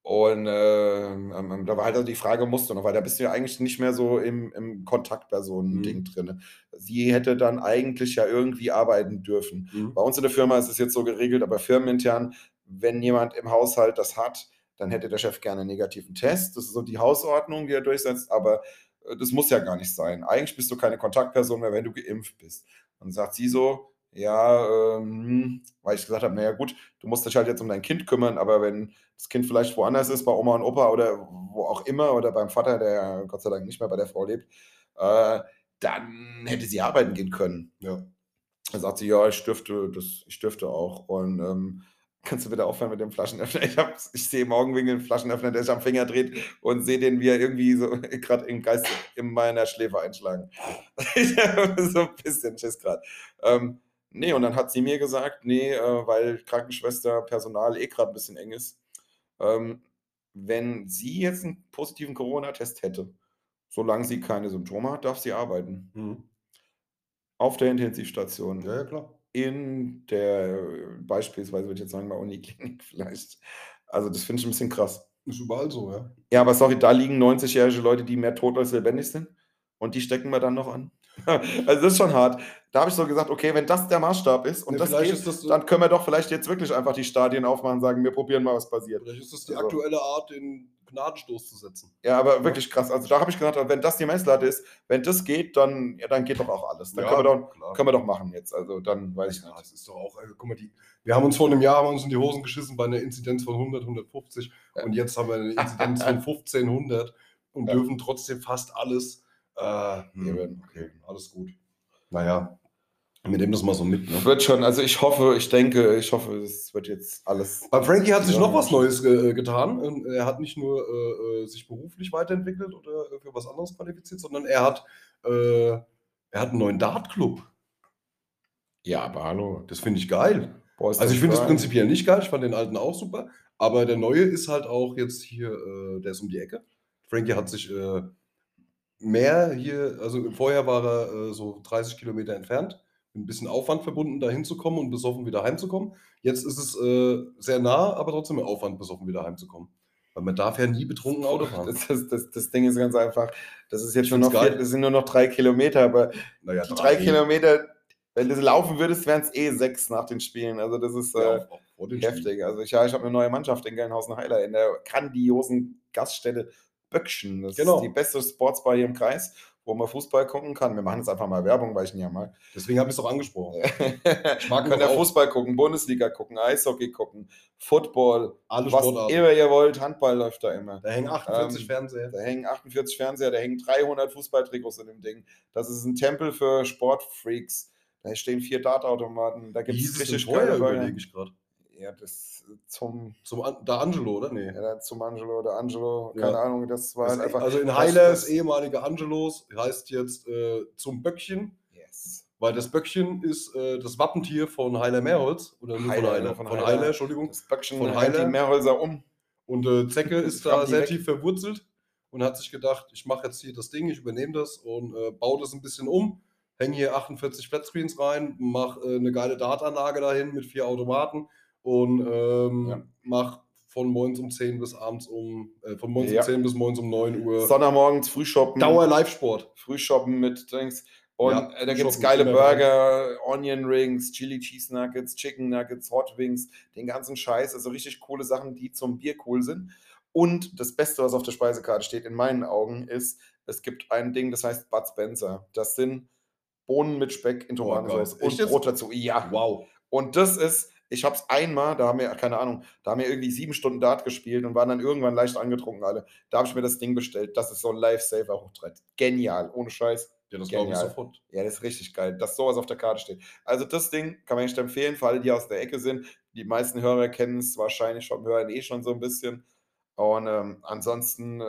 und ähm, ähm, da war halt also die Frage, musst du noch, weil da bist du ja eigentlich nicht mehr so im, im Kontaktpersonen-Ding Mhm. drin. Sie hätte dann eigentlich ja irgendwie arbeiten dürfen. Mhm. Bei uns in der Firma ist es jetzt so geregelt, aber firmenintern, wenn jemand im Haushalt das hat, dann hätte der Chef gerne einen negativen Test. Das ist so die Hausordnung, die er durchsetzt. Aber äh, das muss ja gar nicht sein. Eigentlich bist du keine Kontaktperson mehr, wenn du geimpft bist. Und sagt sie so, ja, ähm, weil ich gesagt habe, naja gut, du musst dich halt jetzt um dein Kind kümmern, aber wenn das Kind vielleicht woanders ist, bei Oma und Opa oder wo auch immer oder beim Vater, der Gott sei Dank nicht mehr bei der Frau lebt, äh, dann hätte sie arbeiten gehen können. Ja. Dann sagt sie, ja, ich dürfte, das, ich dürfte auch. Und ähm, kannst du bitte aufhören mit dem Flaschenöffner? Ich, hab's- ich sehe morgen wegen dem Flaschenöffner, der sich am Finger dreht und sehe den, wie er irgendwie so gerade im Geist in meiner Schläfe einschlagen. ich hab so ein bisschen Schiss gerade. Ähm, nee, und dann hat sie mir gesagt, nee, äh, weil Krankenschwester, Personal eh gerade ein bisschen eng ist. Ähm, wenn sie jetzt einen positiven Corona-Test hätte, solange sie keine Symptome hat, darf sie arbeiten. Mhm. Auf der Intensivstation Ja, ja, klar. in der, beispielsweise würde ich jetzt sagen, bei Uniklinik vielleicht. Also das finde ich ein bisschen krass. Ist überall so, ja. Ja, aber sorry, da liegen 90-jährige Leute, die mehr tot als lebendig sind. Und die stecken wir dann noch an. also das ist schon hart. Da habe ich so gesagt, okay, wenn das der Maßstab ist und Ja, das vielleicht geht, ist das so- dann können wir doch vielleicht jetzt wirklich einfach die Stadien aufmachen und sagen, wir probieren mal, was passiert. Vielleicht ist das die Also- aktuelle Art, den Gnadenstoß zu setzen. Ja, aber wirklich krass. Also da habe ich gesagt, wenn das die Messlatte ist, wenn das geht, dann, ja, dann geht doch auch alles. Dann können, wir doch, klar. können wir doch machen jetzt. Also dann weiß ich Ja, nicht. das ist doch auch, äh, guck mal, die, wir haben uns vor einem Jahr haben wir uns in die Hosen geschissen bei einer Inzidenz von 100, 150 Ja. und jetzt haben wir eine Inzidenz von 1500 und Ja. dürfen trotzdem fast alles. Äh, Eben. okay, alles gut. Naja, wir nehmen das mal so mit. Ne? Wird schon, also ich hoffe, ich denke, ich hoffe, es wird jetzt alles. Bei Frankie hat sich Ja. noch was Neues ge getan. Und er hat nicht nur äh, äh, sich beruflich weiterentwickelt oder äh, für was anderes qualifiziert, sondern er hat, äh, er hat einen neuen Dart-Club. Ja, aber hallo. Das finde ich geil. Boys Also ich finde das Cry. prinzipiell nicht geil, ich fand den alten auch super, aber der neue ist halt auch jetzt hier, äh, der ist um die Ecke. Frankie hat sich äh, mehr hier, also vorher war er äh, so 30 Kilometer entfernt, mit ein bisschen Aufwand verbunden, da hinzukommen und besoffen wieder heimzukommen. Jetzt ist es äh, sehr nah, aber trotzdem mit Aufwand besoffen wieder heimzukommen. Weil man darf ja nie betrunken Auto fahren. Das, das, das, das Ding ist ganz einfach. Das ist jetzt Ich schon noch find's vier, geil. das sind nur noch drei Kilometer, aber Naja, die drei Kilometer, wenn du laufen würdest, wären es eh sechs nach den Spielen. Also das ist Ja, äh, auch- auch vor den Spielen. heftig. Also ich, ja, ich habe eine neue Mannschaft in Gelnhausen Heiler in der grandiosen Gaststätte Böckchen. Das Genau. ist die beste Sportsbar hier im Kreis, wo man Fußball gucken kann. Wir machen jetzt einfach mal Werbung, weil ich ihn ja mag. Deswegen habe ich es doch angesprochen. Ich mag Könnt können ihr auch Fußball gucken, Bundesliga gucken, Eishockey gucken, Football, alle was Sportarten. immer ihr wollt, Handball läuft da immer. Da hängen 48 Ähm, Fernseher. Da hängen 48 Fernseher, da hängen 300 Fußballtrikots in dem Ding. Das ist ein Tempel für Sportfreaks. Da stehen vier Dartautomaten, da gibt es richtig geile Burger. überlege ich gerade. Ja, das zum, Zum An da Angelo, ne? oder? Nee. ja, dann zum Angelo oder Angelo, Ja. keine Ahnung, das war Das halt ist, einfach. also in das- Heiler das- ist ehemaliger Angelos, heißt jetzt äh, zum Böckchen, Yes. weil das Böckchen ist äh, das Wappentier von Heiler Meerholz. Oder nur Heiler, von Heiler. nur Von, von Heiler. Heiler. Entschuldigung. Das Böckchen Von von Heiler. Heiler. die Meerhäuser um. Und äh, Zecke ist Schramm da die sehr weg. tief verwurzelt und hat sich gedacht, ich mache jetzt hier das Ding, ich übernehme das und äh, baue das ein bisschen um, hänge hier 48 Flatscreens rein, mache äh, eine geile Dartanlage dahin mit vier Automaten und ähm, Ja. mache von morgens um 10 bis abends um, äh, von morgens Ja. um 10 bis morgens um 9 Uhr Sonntagmorgens Frühshoppen. Dauer-Live-Sport. Frühshoppen mit Drinks. Und Ja, äh, da gibt es Shoppen, geile immer rein. Burger, Onion Rings, Chili Cheese Nuggets, Chicken Nuggets, Hot Wings, den ganzen Scheiß. Also richtig coole Sachen, die zum Bier cool sind. Und das Beste, was auf der Speisekarte steht, in meinen Augen, ist, es gibt ein Ding, das heißt Bud Spencer. Das sind Bohnen mit Speck in Oh, geil. Tomatensauce Echt und jetzt? Brot dazu. Ja. Wow. Und das ist, ich habe es einmal, da haben wir, keine Ahnung, da haben wir irgendwie sieben Stunden Dart gespielt und waren dann irgendwann leicht angetrunken alle. Da habe ich mir das Ding bestellt. Das ist so ein Lifesaver hochtrett. Genial, ohne Scheiß. Ja, das glaube ich Genial. sofort. Ja, das ist richtig geil, dass sowas auf der Karte steht. Also das Ding kann man echt empfehlen, für alle, die aus der Ecke sind. Die meisten Hörer kennen es wahrscheinlich schon, hören eh schon so ein bisschen. Und ähm, ansonsten ähm,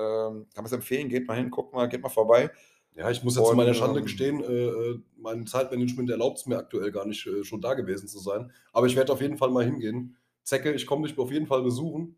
kann man es empfehlen, geht mal hin, guckt mal, geht mal vorbei. Ja, ich muss jetzt zu Und, meiner Schande ähm, gestehen, äh, äh, mein Zeitmanagement erlaubt es mir aktuell gar nicht, äh, schon da gewesen zu sein. Aber ich werde auf jeden Fall mal hingehen. Zecke, ich komme dich auf jeden Fall besuchen.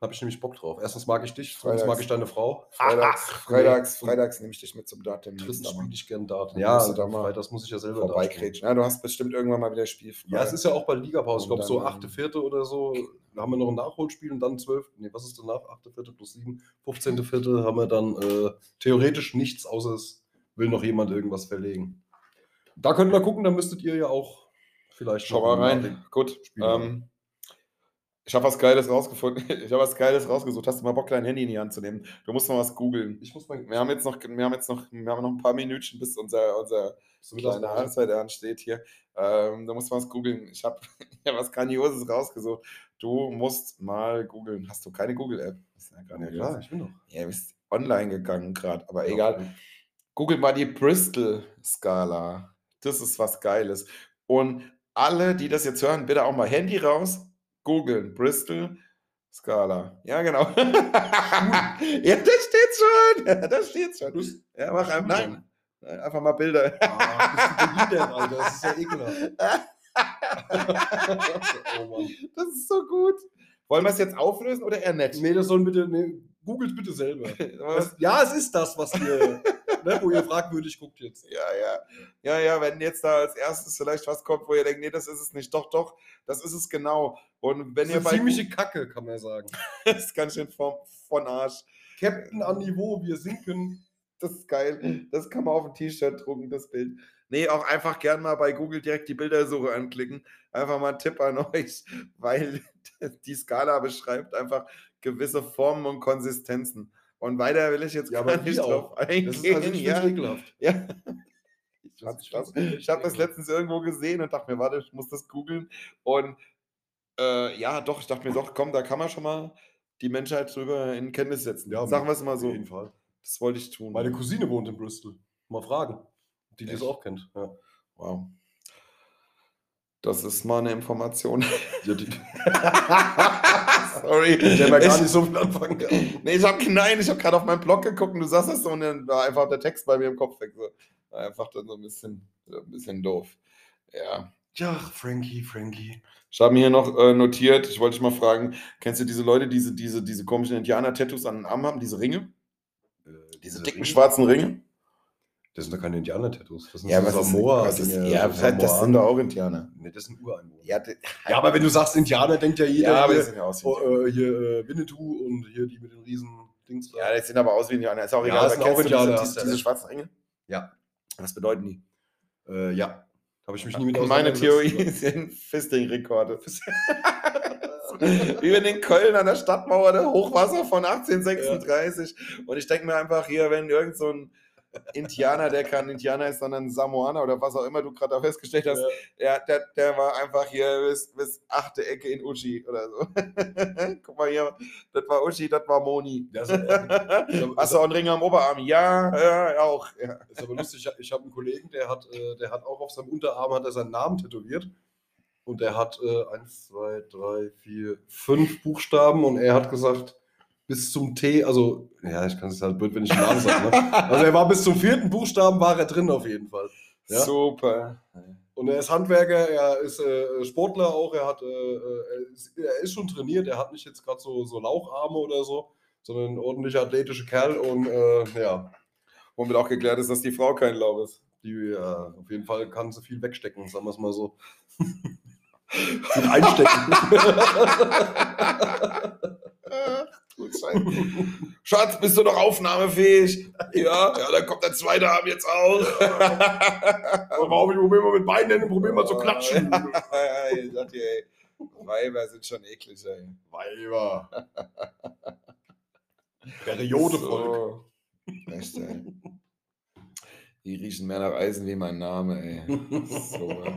Habe ich nämlich Bock drauf. Erstens mag ich dich, zweitens Freitags. mag ich deine Frau. Freitags, freitags, nee. freitags nehme ich dich mit zum Datum. Drittens spiele ich gern Dart. Dann Ja, musst du da mal das muss ich ja selber Dart spielen. vorbeikrätschen. Ja, du hast bestimmt irgendwann mal wieder spielfrei. Ja, es ist ja auch bei Ligapause. Ich Und glaube, so dann, achte, ähm, vierte oder so. Da haben wir noch ein Nachholspiel und dann zwölf. Nee, was ist danach? Achte, vierte plus sieben. 15. vierte haben wir dann äh, theoretisch nichts, außer es will noch jemand irgendwas verlegen. Da könnt ihr mal gucken, da müsstet ihr ja auch vielleicht Schau noch mal rein. nachdenken. Gut. Spiel mal. Ähm, Ich habe was Geiles rausgefunden. Ich habe was Geiles rausgesucht. Hast du mal Bock, dein Handy in die Hand zu nehmen? Du musst noch was googeln. Ich muss mal. Wir haben jetzt noch, wir haben jetzt noch, wir haben noch ein paar Minütchen, bis unser, unser Bist du mit kleine dabei? Halbzeit ansteht hier. Ähm, da muss man was googeln. Ich habe hab was Grandioses rausgesucht. Du musst mal googeln. Hast du keine Google-App? Ist Ja, Ja, grandios. klar, ich bin doch. Ja, du bist online gegangen gerade, aber egal. Google mal die Bristol-Skala. Das ist was Geiles. Und alle, die das jetzt hören, bitte auch mal Handy raus, googeln. Bristol-Skala. Ja, genau. ja, da steht's schon. Da steht's schon. Ja, mach einfach, nein. Einfach mal Bilder. Ah, bist du behindert, Alter? Das ist ja ekelhaft. oh Mann. Das ist so gut. Wollen wir es jetzt auflösen oder eher nett? Nee, das sollen bitte. Nee, googelt bitte selber. Was- Ja, es ist das, was ihr. ne, wo ihr fragwürdig guckt jetzt. Ja, ja. Ja, ja, wenn jetzt da als erstes vielleicht was kommt, wo ihr denkt, nee, das ist es nicht. Doch, doch, das ist es genau. Und wenn Das ihr ist bei eine ziemliche Kacke, kann man sagen. Das ist ganz schön vom, von Arsch. Captain an Niveau, wir sinken. Das ist geil. Das kann man auf ein T-Shirt drucken, das Bild. Nee, auch einfach gern mal bei Google direkt die Bildersuche anklicken. Einfach mal ein Tipp an euch, weil die Skala beschreibt einfach gewisse Formen und Konsistenzen. Und weiter will ich jetzt Ja, gar aber wie nicht auch? drauf eingehen. Das ist also nicht ja. ekelhaft. Ja. Ich hab das- Ich habe das letztens irgendwo gesehen und dachte mir, warte, ich muss das googeln. Und äh, ja, doch, ich dachte mir, doch, komm, da kann man schon mal die Menschheit drüber in Kenntnis setzen. Ja, Sagen wir es mal so. so. Auf jeden Fall. Das wollte ich tun. Meine Cousine wohnt in Bristol. Mal fragen. Die, die es Echt? auch kennt. Ja. wow. Das ist mal eine Information. Ja, die, Sorry. mit der man gar Ich- nicht so viel anfangen kann. Nee, ich habe nein, ich habe gerade auf meinen Blog geguckt und du sagst das so und dann war einfach der Text bei mir im Kopf weg. So. War Einfach dann so ein bisschen, ein bisschen doof. Ja. Ja, Frankie, Frankie. Ich habe mir hier noch äh, notiert, ich wollte dich mal fragen, kennst du diese Leute, diese, diese, diese komischen Indianer-Tattoos an den Armen haben, diese Ringe? Diese dicken schwarzen Ringe? Äh, Das sind doch keine Indianer-Tattoos. Das sind Ja, so was ist, Samoa. was ist, Dinge, ja, so das sind Samoaner. doch auch Indianer. Nee, das sind Ureinwohner. Ja, d- Ja, aber wenn du sagst Indianer, denkt ja jeder ja, aber die hier, sehen ja aus wie Indianer. oh, äh, hier äh, Winnetou und hier die mit den riesen Dings. da. Ja, die sehen aber aus wie Indianer. Ist auch Ja, egal, aber sind auch kennst du Indianer. Diese, diese, diese schwarzen Ringe? Ja. Was bedeuten die? Äh, ja. Habe ich mich nie mit Meine Theorie auseinandergesetzt. sind Fisting-Rekorde. Wie wenn in Köln an der Stadtmauer der Hochwasser von 1836. Und ich denke mir einfach hier, wenn irgend so ein Indianer, der kein Indianer ist, sondern ein Samoaner oder was auch immer du gerade da festgestellt hast, ja, der, der war einfach hier bis, bis achte Ecke in Uschi oder so. Guck mal hier, das war Uschi, das war Moni. Ja, so, äh, ich hab- Hast du auch einen Ring am Oberarm? Ja, ja, auch. Ja. Ist aber lustig, ich- ich habe einen Kollegen, der hat, äh, der hat auch auf seinem Unterarm hat er seinen Namen tätowiert. Und der hat äh, eins, zwei, drei, vier, fünf Buchstaben und er hat gesagt, bis zum T, also, ja, ich kann es halt blöd, wenn ich den Namen sage. Ne? Also er war bis zum vierten Buchstaben, war er drin auf jeden Fall. Ja? Super. Und er ist Handwerker, er ist äh, Sportler auch, er, hat, äh, äh, er ist- er ist schon trainiert, er hat nicht jetzt gerade so, so Laucharme oder so, sondern ein ordentlicher athletischer Kerl und äh, ja, Womit auch geklärt ist, dass die Frau kein Laub ist. Die, äh, auf jeden Fall kann sie viel wegstecken, sagen wir es mal so. Viel einstecken. Du Scheiße. Schatz, bist du noch aufnahmefähig? Ja, ja, dann kommt der zweite Arm jetzt auch. Aber auf, ich probier mal mit beiden Händen, probier mal zu Oh, klatschen. ja, ich sag dir, ey, Weiber sind schon eklig, ey. Weiber. Periodevolk. So. Echt, ey. Die riechen mehr nach Eisen wie mein Name, ey. So, ey.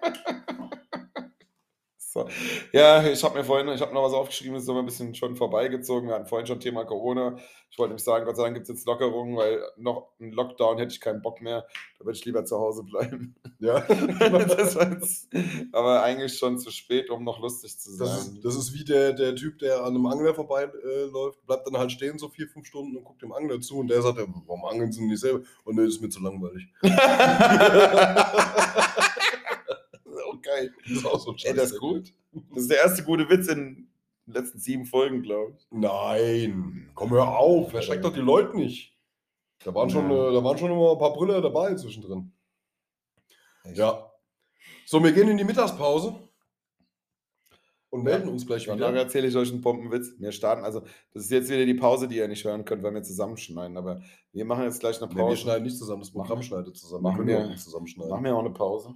so. Ja, ich habe mir vorhin, ich habe noch was aufgeschrieben, das ist aber ein bisschen schon vorbeigezogen. Wir hatten vorhin schon Thema Corona. Ich wollte nämlich sagen, Gott sei Dank gibt es jetzt Lockerungen, weil noch ein Lockdown hätte ich keinen Bock mehr. Da würde ich lieber zu Hause bleiben. Ja. das war jetzt, aber eigentlich schon zu spät, um noch lustig zu sein. Das ist, das ist wie der, der Typ, der an einem Angler vorbeiläuft, äh, läuft, bleibt dann halt stehen so vier, fünf Stunden und guckt dem Angler zu und der sagt, ja, warum angeln sie denn nicht selber? Und nee, das ist mir zu langweilig. okay. Das ist auch so ein Ey, das Scheiß. ist gut. Das ist der erste gute Witz in den letzten sieben Folgen, glaube ich. Nein, komm hör auf, erschreckt doch die Leute nicht. Da waren schon, Ja. äh, da waren schon immer ein paar Brüller dabei zwischendrin. Ja. So, wir gehen in die Mittagspause und melden uns gleich Und dann wieder. erzähle ich euch einen Pompenwitz. Wir starten, also das ist jetzt wieder die Pause, die ihr nicht hören könnt, weil wir zusammenschneiden. Aber wir machen jetzt gleich eine Nee, wir Pause. schneiden nicht zusammen, das Programm schneidet zusammen. Machen können wir- auch nicht zusammenschneiden. machen wir auch eine Pause.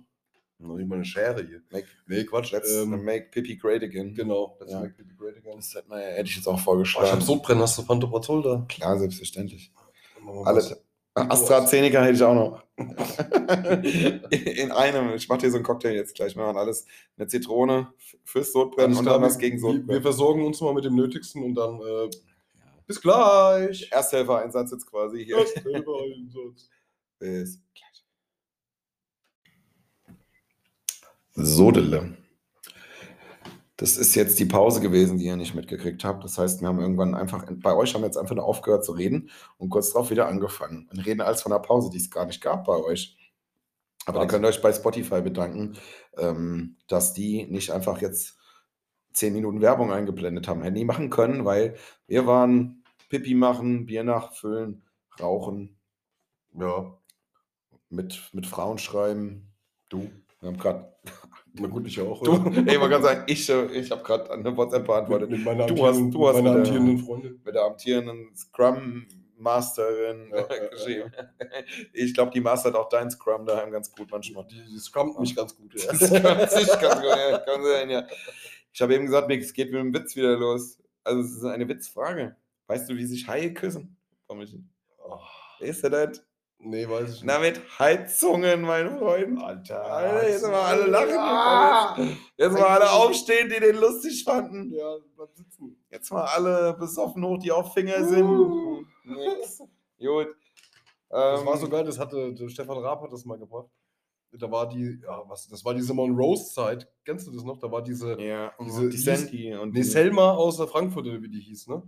Noch nicht mal eine Schere hier. Make- nee, Quatsch. Let's Ähm, make Pippi great again. genau. Let's Ja. make people great again. Das hätte man ja- hätte ich jetzt auch Boah, Oh, ich vorgeschlagen. hab Sodbrennen, hast du Pantoprazol da? Klar, selbstverständlich. Machen wir Alle, Oh, Ah, was. AstraZeneca hätte ich auch noch. In einem. Ich mache dir so einen Cocktail jetzt gleich. Wir machen alles. Eine Zitrone f- fürs Sodbrennen Alles und klar, dann was wir- gegen wir, wir Sodbrennen. versorgen uns mal mit dem Nötigsten und dann äh, bis gleich. Ersthelfer-Einsatz jetzt quasi hier. Bis gleich. Sodele. Das ist jetzt die Pause gewesen, die ihr nicht mitgekriegt habt. Das heißt, wir haben irgendwann einfach, bei euch haben wir jetzt einfach nur aufgehört zu reden und kurz darauf wieder angefangen. Und reden als von einer Pause, die es gar nicht gab bei euch. Aber ihr Wahnsinn. könnt euch bei Spotify bedanken, ähm, dass die nicht einfach jetzt zehn Minuten Werbung eingeblendet haben. Hätten die machen können, weil wir waren Pipi machen, Bier nachfüllen, rauchen, Ja, mit, mit Frauen schreiben. Du? Wir haben gerade. na gut, ich auch. Du? ja. Ey, man kann sagen, ich, äh, ich habe gerade eine WhatsApp mit, beantwortet. mit meiner Du du hast- hast, du hast mit meiner mit der- amtierenden Freundin. Mit der amtierenden Scrum Masterin Ja, ja, ja, geschrieben. Ich glaube, die mastert auch dein Scrum daheim ganz gut manchmal. Die, die scrumpt mich ganz gut. Ja. Das kann sich ganz gut, ja, kann sein, ja. Ich habe eben gesagt, Mick, es geht mit dem Witz wieder los. Also, es ist eine Witzfrage. Weißt du, wie sich Haie küssen? Komm ich hin. Oh, Ist er das? nee, weiß ich nicht. Na, mit Heizungen, mein Freund. Alter, Alter, jetzt mal alle lachen. Ja, Jetzt mal alle Heizungen. aufstehen, die den lustig fanden. ja bleib sitzen. Jetzt mal alle besoffen hoch, die auf Finger sind. Uh. Nix. Gut. Das Ähm, war so geil, das hatte der Stefan Raab hat das mal gebracht. Da war die, ja, was, das war diese Monroe-Zeit. Kennst du das noch? Da war diese, Ja, und Diese- die die- Sandy. Und nee, Selma aus der Frankfurt, oder wie die hieß, ne?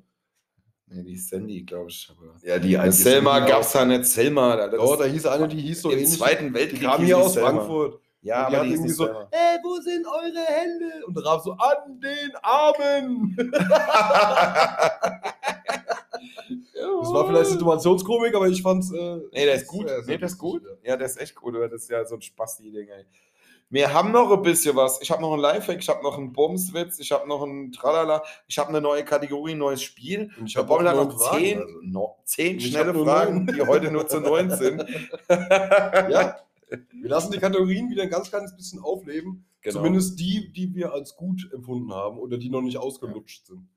Nee, die Sandy, glaube ich. Aber Ja, die Eine Selma gab es da nicht. Selma. Da, das Oh, ist da hieß eine, die hieß so Im ähnlich. Zweiten Die Weltkrieg. kam hieß hier die aus Selma. Frankfurt. Ja, Und die aber hat die, ist irgendwie nicht so- Selma. Ey, wo sind eure Hände? Und Raab so, an den Armen. Das war vielleicht Situationskomik, aber ich fand's. Äh, Oh. Nee, der ist gut. sehr, sehr nee, der ist lustig, gut. Ja, der ist echt gut. oder? Das ist ja so ein Spasti-Ding, ey. Wir haben noch ein bisschen was. Ich habe noch einen Lifehack, ich habe noch einen Bumswitz, ich habe noch einen Tralala, ich habe eine neue Kategorie, ein neues Spiel. ja. Und ich Ich habe habe auch noch noch Fragen, zehn, also. no, zehn Ich schnelle hab nur Fragen, neun. die heute nur zu neun sind. Ja, wir lassen die Kategorien wieder ein ganz kleines bisschen aufleben. Genau. Zumindest die, die wir als gut empfunden haben oder die noch nicht ausgelutscht sind.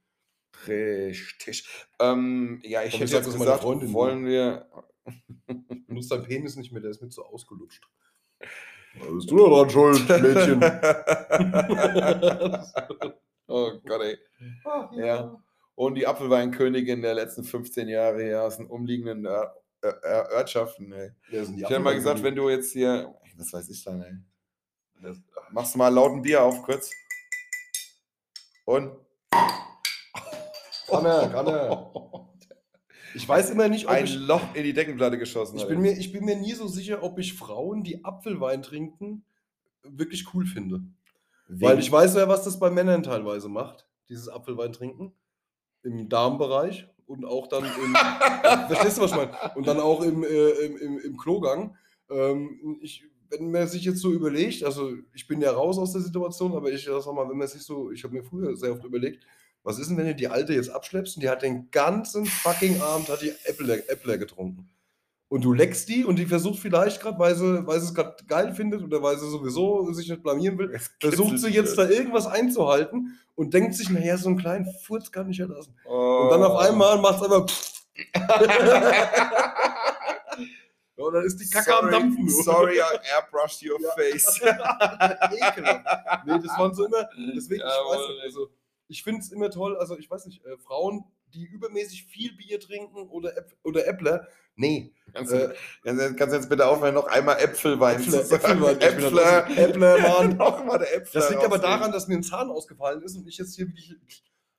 Richtig. Ähm, ja, ich Warum hätte sagt jetzt das meine gesagt, Freundin wollen wir. Benutzt dein Penis nicht mehr, der ist mir zu ausgelutscht. Da bist du daran schuld, Mädchen. oh Gott, ey. Ja. Und die Apfelweinkönigin der letzten 15 Jahre hier aus den umliegenden Ör Ör Ör Örtschaften, ey. Ich hätte mal gesagt, wenn du jetzt hier. Ey, Was weiß ich dann, ey. Das- Machst du mal laut ein Bier auf, kurz. Und. Kann er, kann er. Ich weiß immer nicht, ob Ein ich. Loch in die Deckenplatte geschossen. Ich hat bin, er. mir, ich bin mir nie so sicher, ob ich Frauen, die Apfelwein trinken, wirklich cool finde. Weil ich weiß ja, was das bei Männern teilweise macht, dieses Apfelwein trinken. Im Darmbereich und auch dann im. verstehst du, was ich meine? Und dann auch im, äh, im, im, im Klogang. Ähm, ich, wenn man sich jetzt so überlegt, also ich bin ja raus aus der Situation, aber ich sag mal, wenn man sich so, ich habe mir früher sehr oft überlegt, was ist denn, wenn du die Alte jetzt abschleppst und die hat den ganzen fucking Abend hat die Äpple, Äpple getrunken. Und du leckst die und die versucht vielleicht gerade, weil sie, weil sie es gerade geil findet oder weil sie sowieso sich nicht blamieren will, versucht sie jetzt da irgendwas einzuhalten und denkt sich, naja, so einen kleinen Furz kann ich ja lassen. Oh. Und dann auf einmal macht es aber. ja, und dann ist die Kacke am sorry, Dampfen. du. Sorry, I airbrushed your Ja. face. Ekelhaft. Nee, das waren so immer. Deswegen, ich weiß Jawohl, nicht, also ich finde es immer toll, also ich weiß nicht, äh, Frauen, die übermäßig viel Bier trinken oder, Äpf oder Äppler, nee. Kannst, Äh, du, kannst, du- kannst du jetzt bitte aufhören, noch einmal Äpfelwein zu sagen? Äpfelwein, ich bin am Äpfler. Essen. Äppler waren Nochmal der Äpfler. Das liegt aber rausnehmen. daran, dass mir ein Zahn ausgefallen ist und ich jetzt hier wirklich.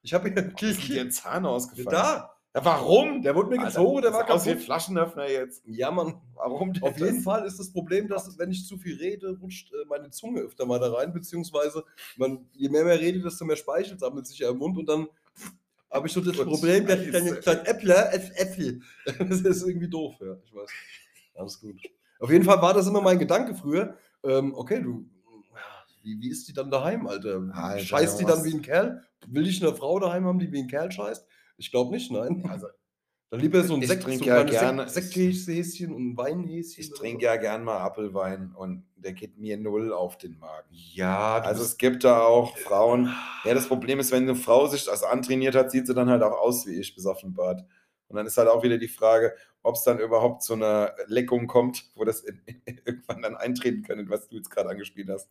Ich habe Ist dir hier. ein Zahn ausgefallen. Da! Ja, warum? Der wurde mir gezogen, der war aus wie ein kaputt. Flaschenöffner jetzt. Ja, Mann. Warum denn Auf jeden das? Fall ist das Problem, dass, wenn ich zu viel rede, rutscht äh, meine Zunge öfter mal da rein, beziehungsweise man, je mehr man redet, desto mehr Speichel sammelt sich ja im Mund und dann habe ich so das Gut, Problem, dass ich dann Scheiße. jetzt sage, Äppler, Äff- Äpfel. Das ist irgendwie doof, ja, ich weiß. Alles gut. Auf jeden Fall war das immer mein Gedanke früher. Ähm, okay, du, wie, wie ist die dann daheim, Alter? Alter, scheißt die was- dann wie ein Kerl? Will ich eine Frau daheim haben, die wie ein Kerl scheißt? Ich glaube nicht, nein. Also, Dann lieber so ein Ich Sekt, so trinke ein ja kleines gerne- Sekt, Sekthäschen und ein Weinhäschen. Ich oder trinke so. ja gern mal Apfelwein und der geht mir null auf den Magen. Ja, du Also bist- Äh, ah. es gibt da auch Frauen. Ja, das Problem ist, wenn eine Frau sich das antrainiert hat, sieht sie dann halt auch aus wie ich bis auf den Bart. Und dann ist halt auch wieder die Frage, ob es dann überhaupt zu einer Leckung kommt, wo das in, irgendwann dann eintreten kann, was du jetzt gerade angespielt hast.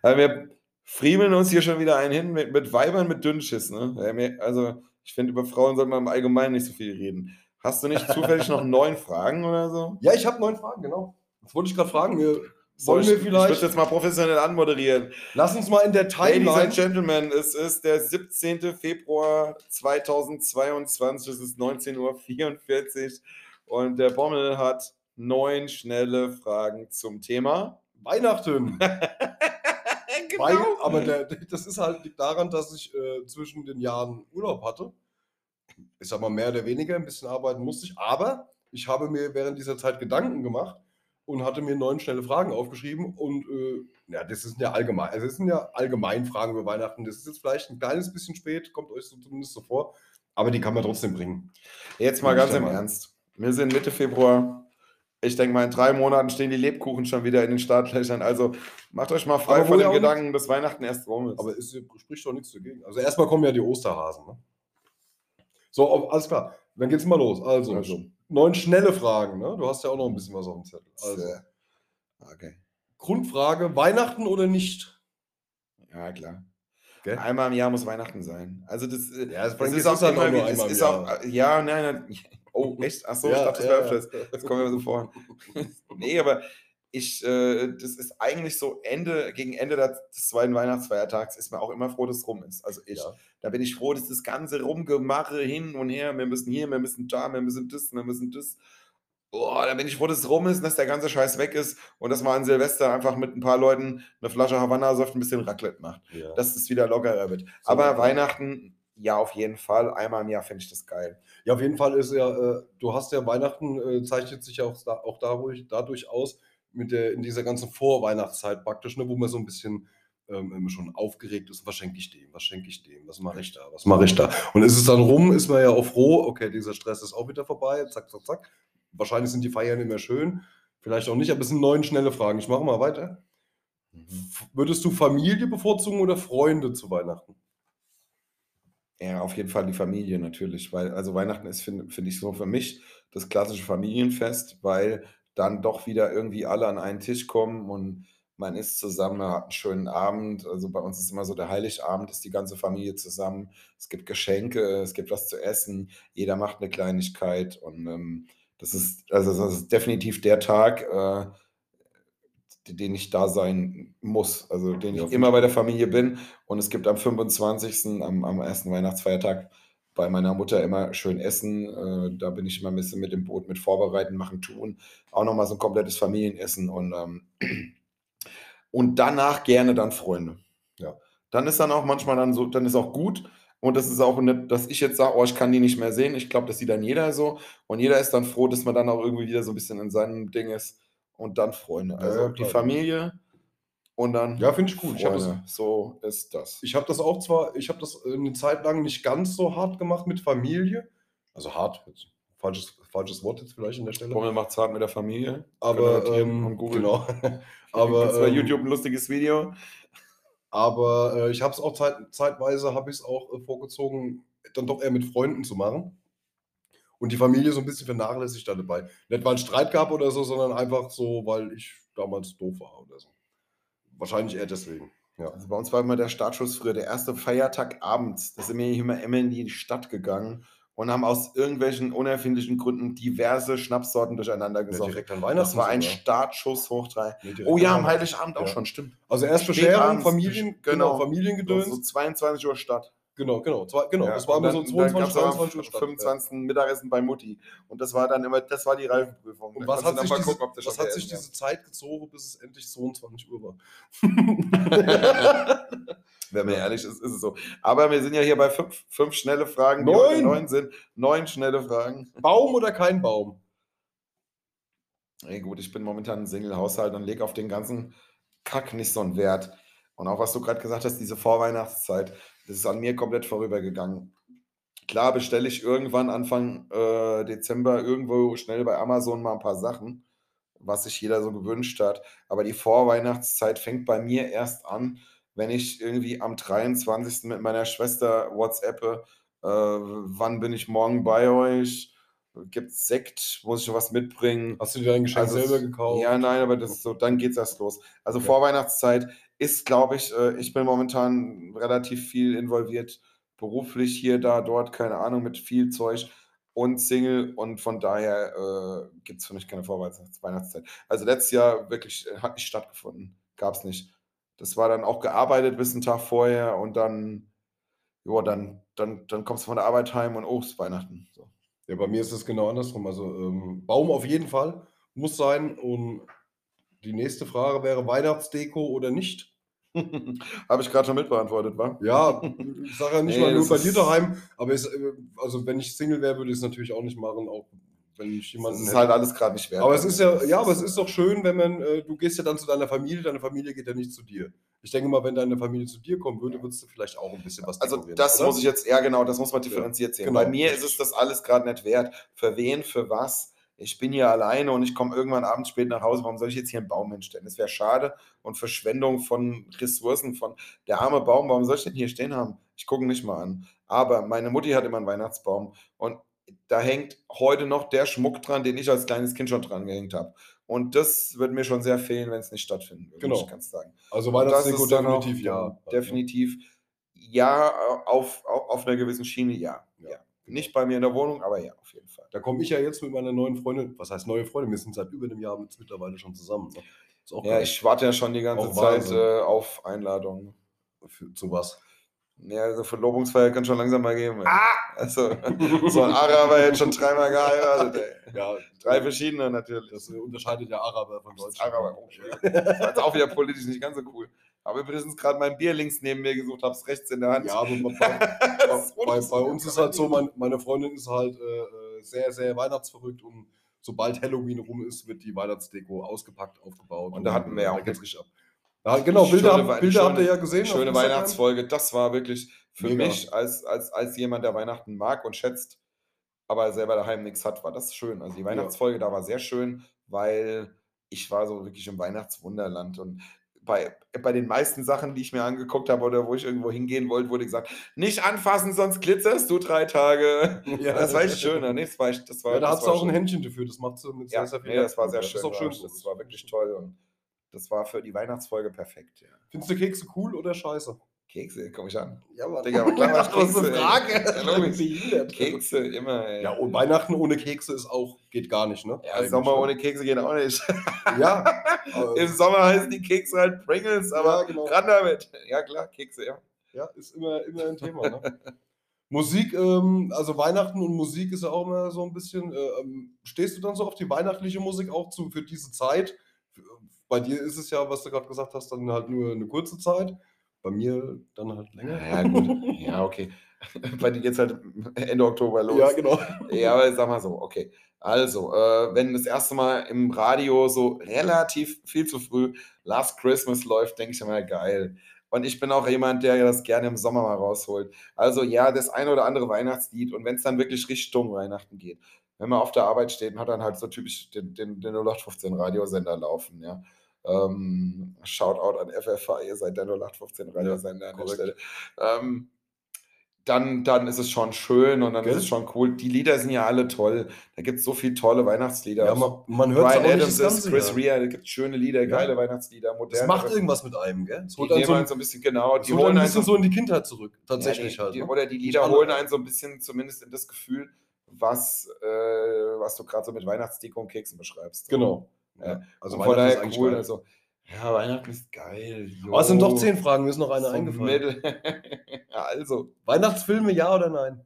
Aber wir friemeln uns hier schon wieder einen hin mit, mit Weibern mit Dünnschiss. Ne? Ja, mir- Also ich finde, über Frauen sollte man im Allgemeinen nicht so viel reden. Hast du nicht zufällig noch neun Fragen oder so? ja, ich habe neun Fragen, genau. Das wollte ich gerade fragen. Wir, So, wollen ich, wir Ich würde vielleicht. jetzt mal professionell anmoderieren. lass uns mal in der Ladies Timeline. and Gentlemen, es ist der 17. Februar 2022, es ist 19.44 Uhr und der Bommel hat neun schnelle Fragen zum Thema. Weihnachten. genau. Wei- aber der, das ist halt liegt daran, dass ich äh, zwischen den Jahren Urlaub hatte. Ich sag mal, mehr oder weniger, ein bisschen arbeiten musste ich. Aber ich habe mir während dieser Zeit Gedanken gemacht und hatte mir neun schnelle Fragen aufgeschrieben. Und äh, ja, das sind ja allgemein, also das sind ja allgemein Fragen über Weihnachten. Das ist jetzt vielleicht ein kleines bisschen spät, kommt euch so zumindest so vor. Aber die kann man trotzdem bringen. Jetzt mal ganz im Ernst. Wir sind Mitte Februar. Ich denke mal, in drei Monaten stehen die Lebkuchen schon wieder in den Startlöchern. Also macht euch mal frei Aber von wohl dem auch nicht- Gedanken, dass Weihnachten erst rum ist. Aber es spricht doch nichts dagegen. Also erstmal kommen ja die Osterhasen. Ne? So, auf- alles klar. Dann geht's mal los. Also, Also. neun schnelle Fragen. Ne? Du hast ja auch noch ein bisschen was auf dem Zettel. Also, Äh, okay. Grundfrage: Weihnachten oder nicht? Ja, klar. Gell? Einmal im Jahr muss Weihnachten sein. Also das, äh, Ja, das Es bringt ist es auch halt immer nur wieder. Es einmal im ist Jahr. auch, äh, ja, nein, nein. Oh, echt? Achso, ich dachte, das wäre öfters. Das kommt mir so vor. nee, aber ich, äh, das ist eigentlich so Ende, gegen Ende der- des zweiten Weihnachtsfeiertags ist man auch immer froh, dass es rum ist. Also ich, Ja. da bin ich froh, dass das ganze Rumgemache hin und her, wir müssen hier, wir müssen da, wir müssen das, wir müssen das. Boah, da bin ich froh, dass es rum ist und dass der ganze Scheiß weg ist und dass man an Silvester einfach mit ein paar Leuten eine Flasche Havanna säuft, ein bisschen Raclette macht Ja. dass es wieder lockerer wird. Aber locker. Weihnachten, ja, auf jeden Fall. Einmal im Jahr finde ich das geil. ja, auf jeden Fall ist ja, äh, du hast ja Weihnachten, äh, zeichnet sich ja auch, da, auch dadurch, dadurch aus, mit der, in dieser ganzen Vorweihnachtszeit praktisch, ne, wo man so ein bisschen ähm, immer schon aufgeregt ist, was schenke ich dem, was schenke ich dem, was mache ich da, was mache ich da. Und ist es dann rum, ist man ja auch froh, okay, dieser Stress ist auch wieder vorbei, zack, zack, zack. Wahrscheinlich sind die Feiern immer schön, vielleicht auch nicht, aber es sind neun schnelle Fragen. Ich mache mal weiter. F- Würdest du Familie bevorzugen oder Freunde zu Weihnachten? Ja, auf jeden Fall die Familie natürlich, weil also Weihnachten ist, finde find ich so für mich, das klassische Familienfest, weil dann doch wieder irgendwie alle an einen Tisch kommen und man ist zusammen, man hat einen schönen Abend. Also bei uns ist immer so der Heiligabend, ist die ganze Familie zusammen. Es gibt Geschenke, es gibt was zu essen, jeder macht eine Kleinigkeit und ähm, das ist, also das ist definitiv der Tag, äh, d- den ich da sein muss, also den Ja, ich immer bei der Familie bin. Und es gibt am 25., am, am ersten Weihnachtsfeiertag, bei meiner Mutter immer schön essen. Äh, da bin ich immer ein bisschen mit dem Boot, mit vorbereiten, machen, tun. Auch nochmal so ein komplettes Familienessen und, ähm, und danach gerne dann Freunde. Ja. Dann ist dann auch manchmal dann so, dann ist auch gut. Und das ist auch nicht, dass ich jetzt sage, oh, ich kann die nicht mehr sehen. Ich glaube, das sieht dann jeder so. Und jeder ist dann froh, dass man dann auch irgendwie wieder so ein bisschen in seinem Ding ist. Und dann Freunde. Ja, Also ja, die klar. Familie und dann Ja, finde ich gut. Ich habe das, Freunde. so ist das. Ich habe das auch zwar, ich habe das eine Zeit lang nicht ganz so hart gemacht mit Familie. Also hart, jetzt falsches, falsches Wort jetzt vielleicht an der Stelle. Bommel macht's hart mit der Familie. Aber Könnt ihr notieren ähm, und googeln. Genau. Gibt's bei aber ähm, YouTube ein lustiges Video. aber äh, ich habe es auch zeit, zeitweise habe ich es auch äh, vorgezogen, dann doch eher mit Freunden zu machen. Und die Familie so ein bisschen vernachlässigt da dabei. Nicht weil es Streit gab oder so, sondern einfach so, weil ich damals doof war oder so. Wahrscheinlich eher deswegen. Also bei uns war immer der Startschuss früher, der erste Feiertag abends. Da sind wir immer, immer in die Stadt gegangen und haben aus irgendwelchen unerfindlichen Gründen diverse Schnapssorten durcheinander Nicht gesoffen. direkt an Weihnachten. das war ein sogar. Startschuss hoch drei. Nicht direkt Oh an ja, am Weihnachten. Heiligabend auch Ja. schon, stimmt. Also erst Spät Bescherung, abends, Familien, genau. genau, So, Familiengedöns. so 22 Uhr Stadt. Genau, genau. Zwei, genau, Ja, das war und immer so dann- dann 22, gab's aber 23 Uhr statt. 25. Mittagessen bei Mutti. Und das war dann immer, das war die Reifenprüfung. Und Da was konntest hat du dann sich, mal diese, gucken, ob du was schon hat sich gegessen diese Zeit gezogen, bis es endlich 22 Uhr war? Wenn man ehrlich ist, ist es so. Aber wir sind ja hier bei fünf, fünf schnelle Fragen. die Neun! heute neun sind. Neun schnelle Fragen. Baum oder kein Baum? Ey, gut, ich bin momentan ein Single-Haushalt und lege auf den ganzen Kack nicht so einen Wert. Und auch was du gerade gesagt hast, diese Vorweihnachtszeit, das ist an mir komplett vorübergegangen. Klar bestelle ich irgendwann Anfang äh, Dezember irgendwo schnell bei Amazon mal ein paar Sachen, was sich jeder so gewünscht hat. Aber die Vorweihnachtszeit fängt bei mir erst an, wenn ich irgendwie am 23. mit meiner Schwester WhatsAppe, äh, wann bin ich morgen bei euch? Gibt es Sekt? Muss ich was mitbringen? Hast du dir dein Geschenk Also, selber gekauft? Ja, nein, aber das ist so, dann geht's erst los. Also Okay. Vorweihnachtszeit ist, glaube ich, äh, ich bin momentan relativ viel involviert, beruflich hier, da, dort, keine Ahnung, mit viel Zeug und Single und von daher äh, gibt es für mich keine Vorweihnachtszeit. Weihnachtszeit. Also letztes Jahr wirklich äh, hat nicht stattgefunden, gab es nicht. Das war dann auch gearbeitet bis einen Tag vorher und dann, ja, dann, dann, dann kommst du von der Arbeit heim und oh, es ist Weihnachten. So. Ja, bei mir ist es genau andersrum. Also ähm, Baum auf jeden Fall muss sein. Und die nächste Frage wäre Weihnachtsdeko oder nicht? Habe ich gerade schon mitbeantwortet, war? Ja, ich sage ja nicht Nee, mal nur das bei dir ist- daheim, aber es, äh, also wenn ich Single wäre, würde ich es natürlich auch nicht machen, auch wenn ich Das jemanden ist hätte. halt alles gerade nicht wert. aber es ist ja, ja, aber es ist doch schön, wenn man, äh, du gehst ja dann zu deiner Familie, deine Familie geht ja nicht zu dir. Ich denke mal, wenn deine Familie zu dir kommen würde, würdest du vielleicht auch ein bisschen was Also dekorieren, das oder? muss ich jetzt, ja genau, das muss man differenziert sehen. Bei genau. mir ist es das alles gerade nicht wert. Für wen, für was? Ich bin hier alleine und ich komme irgendwann abends spät nach Hause. Warum soll ich jetzt hier einen Baum hinstellen? Das wäre schade und Verschwendung von Ressourcen, von der arme Baum. Warum soll ich den hier stehen haben? Ich gucke ihn nicht mal an. Aber meine Mutti hat immer einen Weihnachtsbaum und da hängt heute noch der Schmuck dran, den ich als kleines Kind schon dran gehängt habe. Und das wird mir schon sehr fehlen, wenn es nicht stattfinden würde, Genau. muss ich ganz sagen. Also Und das Weihnachtsdeko ist dann auch- definitiv ja. Also genau. Definitiv ja, auf, auf, auf einer gewissen Schiene ja. Ja, genau. ja. Nicht bei mir in der Wohnung, aber ja, auf jeden Fall. Da komme ich ja jetzt mit meiner neuen Freundin, was heißt neue Freundin? Wir sind seit über einem Jahr mit- mittlerweile schon zusammen. Ne? Ist auch Ja, ich warte ja schon die ganze Auch Zeit Oh, Wahnsinn. äh, auf Einladungen. für, zu was. Ja, also Verlobungsfeier kann schon langsam mal geben. Ah! Also, so ein Araber hätte schon dreimal geheiratet. Ey. Ja, Drei verschiedene natürlich. das äh, unterscheidet der Araber von Das ist Deutschen. Araber. Oh, Entschuldigung. Das war jetzt auch wieder politisch nicht ganz so cool. Aber übrigens gerade mein Bier links neben mir gesucht, hab's rechts in der Hand. Ja, aber bei, Das bei, bei, ist bei uns ist halt so, mein, meine Freundin ist halt äh, äh, sehr, sehr weihnachtsverrückt und sobald Halloween rum ist, wird die Weihnachtsdeko ausgepackt, aufgebaut. Und da hatten wir ja auch- da geht's richtig ab. Ja, genau, Bilder, Schöne hab- Wei- Bilder habt ihr schöne- ja gesehen. auf Schöne Instagram. Weihnachtsfolge. Das war wirklich für Mega. mich als, als, als jemand, der Weihnachten mag und schätzt, aber selber daheim nichts hat, war das schön. Also die Weihnachtsfolge da war sehr schön, weil ich war so wirklich im Weihnachtswunderland und bei, bei den meisten Sachen, die ich mir angeguckt habe oder wo ich irgendwo hingehen wollte, wurde gesagt, nicht anfassen, sonst glitzerst du drei Tage. Ja, Das war echt schön. ne? Nee, das war echt, das war, Ja, da das hat sie war auch ein schön. Händchen dafür. Das macht sie mit Ja, sehr, sehr viel. nee, das war sehr Herzblut. schön. Das ist auch schön. war- so. Das war wirklich toll und das war für die Weihnachtsfolge perfekt. Ja. Findest du Kekse cool oder scheiße? Kekse, komm ich an. Ja, Mann. Digga, aber klar, was große Kekse, ey. Frage. Ja, logisch. Kekse. Kekse, immer, ey. Ja, und Weihnachten ohne Kekse ist auch, geht gar nicht, ne? Ja, Eigentlich, Sommer ne? ohne Kekse geht auch nicht. Ja. äh, Im Sommer heißen die Kekse halt Pringles, aber ja, genau. ran damit. Ja, klar, Kekse, ja. Ja, ist immer, immer ein Thema, ne? Musik, ähm, also Weihnachten und Musik ist ja auch immer so ein bisschen. Äh, ähm, stehst du dann so auf die weihnachtliche Musik auch zu für diese Zeit? Bei dir ist es ja, was du gerade gesagt hast, dann halt nur eine kurze Zeit. Bei mir dann halt länger. Ja, gut. Ja, okay. Bei dir geht's halt Ende Oktober los. Ja, genau. Ja, aber sag mal so, okay. Also, äh, wenn das erste Mal im Radio so relativ viel zu früh Last Christmas läuft, denke ich immer, geil. Und ich bin auch jemand, der das gerne im Sommer mal rausholt. Also ja, das eine oder andere Weihnachtslied. Und wenn es dann wirklich Richtung Weihnachten geht, wenn man auf der Arbeit steht und hat dann halt so typisch den, den, den 0815 Radiosender laufen, ja. Ähm, Shoutout an FFH, ihr seid der 0815 Radiosender an der korrekt. Stelle. Ähm, dann, dann ist es schon schön und dann Gell? ist es schon cool. Die Lieder sind ja alle toll. Da gibt es so viele tolle Weihnachtslieder. Ja, man, man hört Brian es auch nicht Adams das ist ganze Chris Jahr. Rea, da gibt schöne Lieder, geile Weihnachtslieder, Das moderne. macht irgendwas mit einem, gell? Es Die holt einen nehmen so, einen so ein bisschen genau. es Die holt holen einen ein einen bisschen so, so in die Kindheit zurück, tatsächlich ja, die, halt. die, Ne? Oder die Lieder alle. holen einen so ein bisschen zumindest in das Gefühl, was, äh, was du gerade so mit Weihnachtsdeko und Keksen beschreibst. Genau. Ja. Also Also von Weihnachten daher ist eigentlich cool. geil. Also, ja, Weihnachten ist geil. Aber es sind jo. doch zehn Fragen, mir ist noch eine So eingefallen. mittel. ja, also, Weihnachtsfilme, ja oder nein?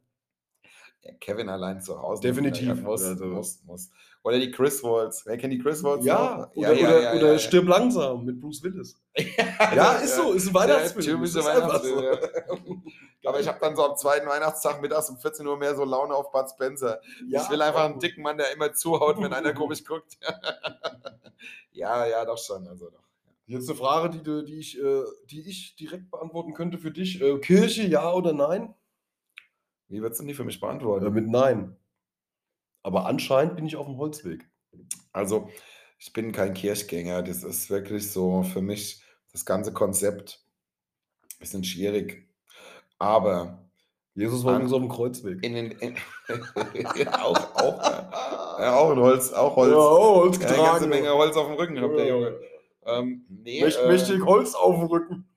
ja, Kevin allein zu Hause. Definitiv. Ja, muss, Also- muss, muss. Oder die Chris Walls. Wer kennt die Chris Walls? Ja, noch? oder, oder, oder ja. stirb langsam mit Bruce Willis. ja, ist so, ist ein Ja, Weihnachtsfilm. typische ist einfach Weihnachtsfilm, ja. Aber ich habe dann so am zweiten Weihnachtstag mittags um 14 Uhr mehr so Laune auf Bud Spencer. Ja, ich will einfach einen auch dicken Mann, der immer zuhaut, wenn einer komisch guckt. ja, ja, doch schon. Also doch. gut. Jetzt eine Frage, die, du, die, ich, äh, die ich direkt beantworten könnte für dich. Äh, Kirche, ja oder nein? Wie würdest du die für mich Äh, beantworten? mit Nein. Aber anscheinend bin ich auf dem Holzweg. Also, ich bin kein Kirchgänger. Das ist wirklich so für mich das ganze Konzept ein bisschen schwierig. Aber Jesus war An- übrigens auf dem Kreuzweg. in den. In, auch, auch, ja, auch ein Holz, auch Holz. Ja, oh, Holz Ja, eine ganze getragen. Menge Holz auf dem Rücken gehabt, der Ja. Junge. Ähm, nee, Mächt- äh, Mächtig Holz auf dem Rücken.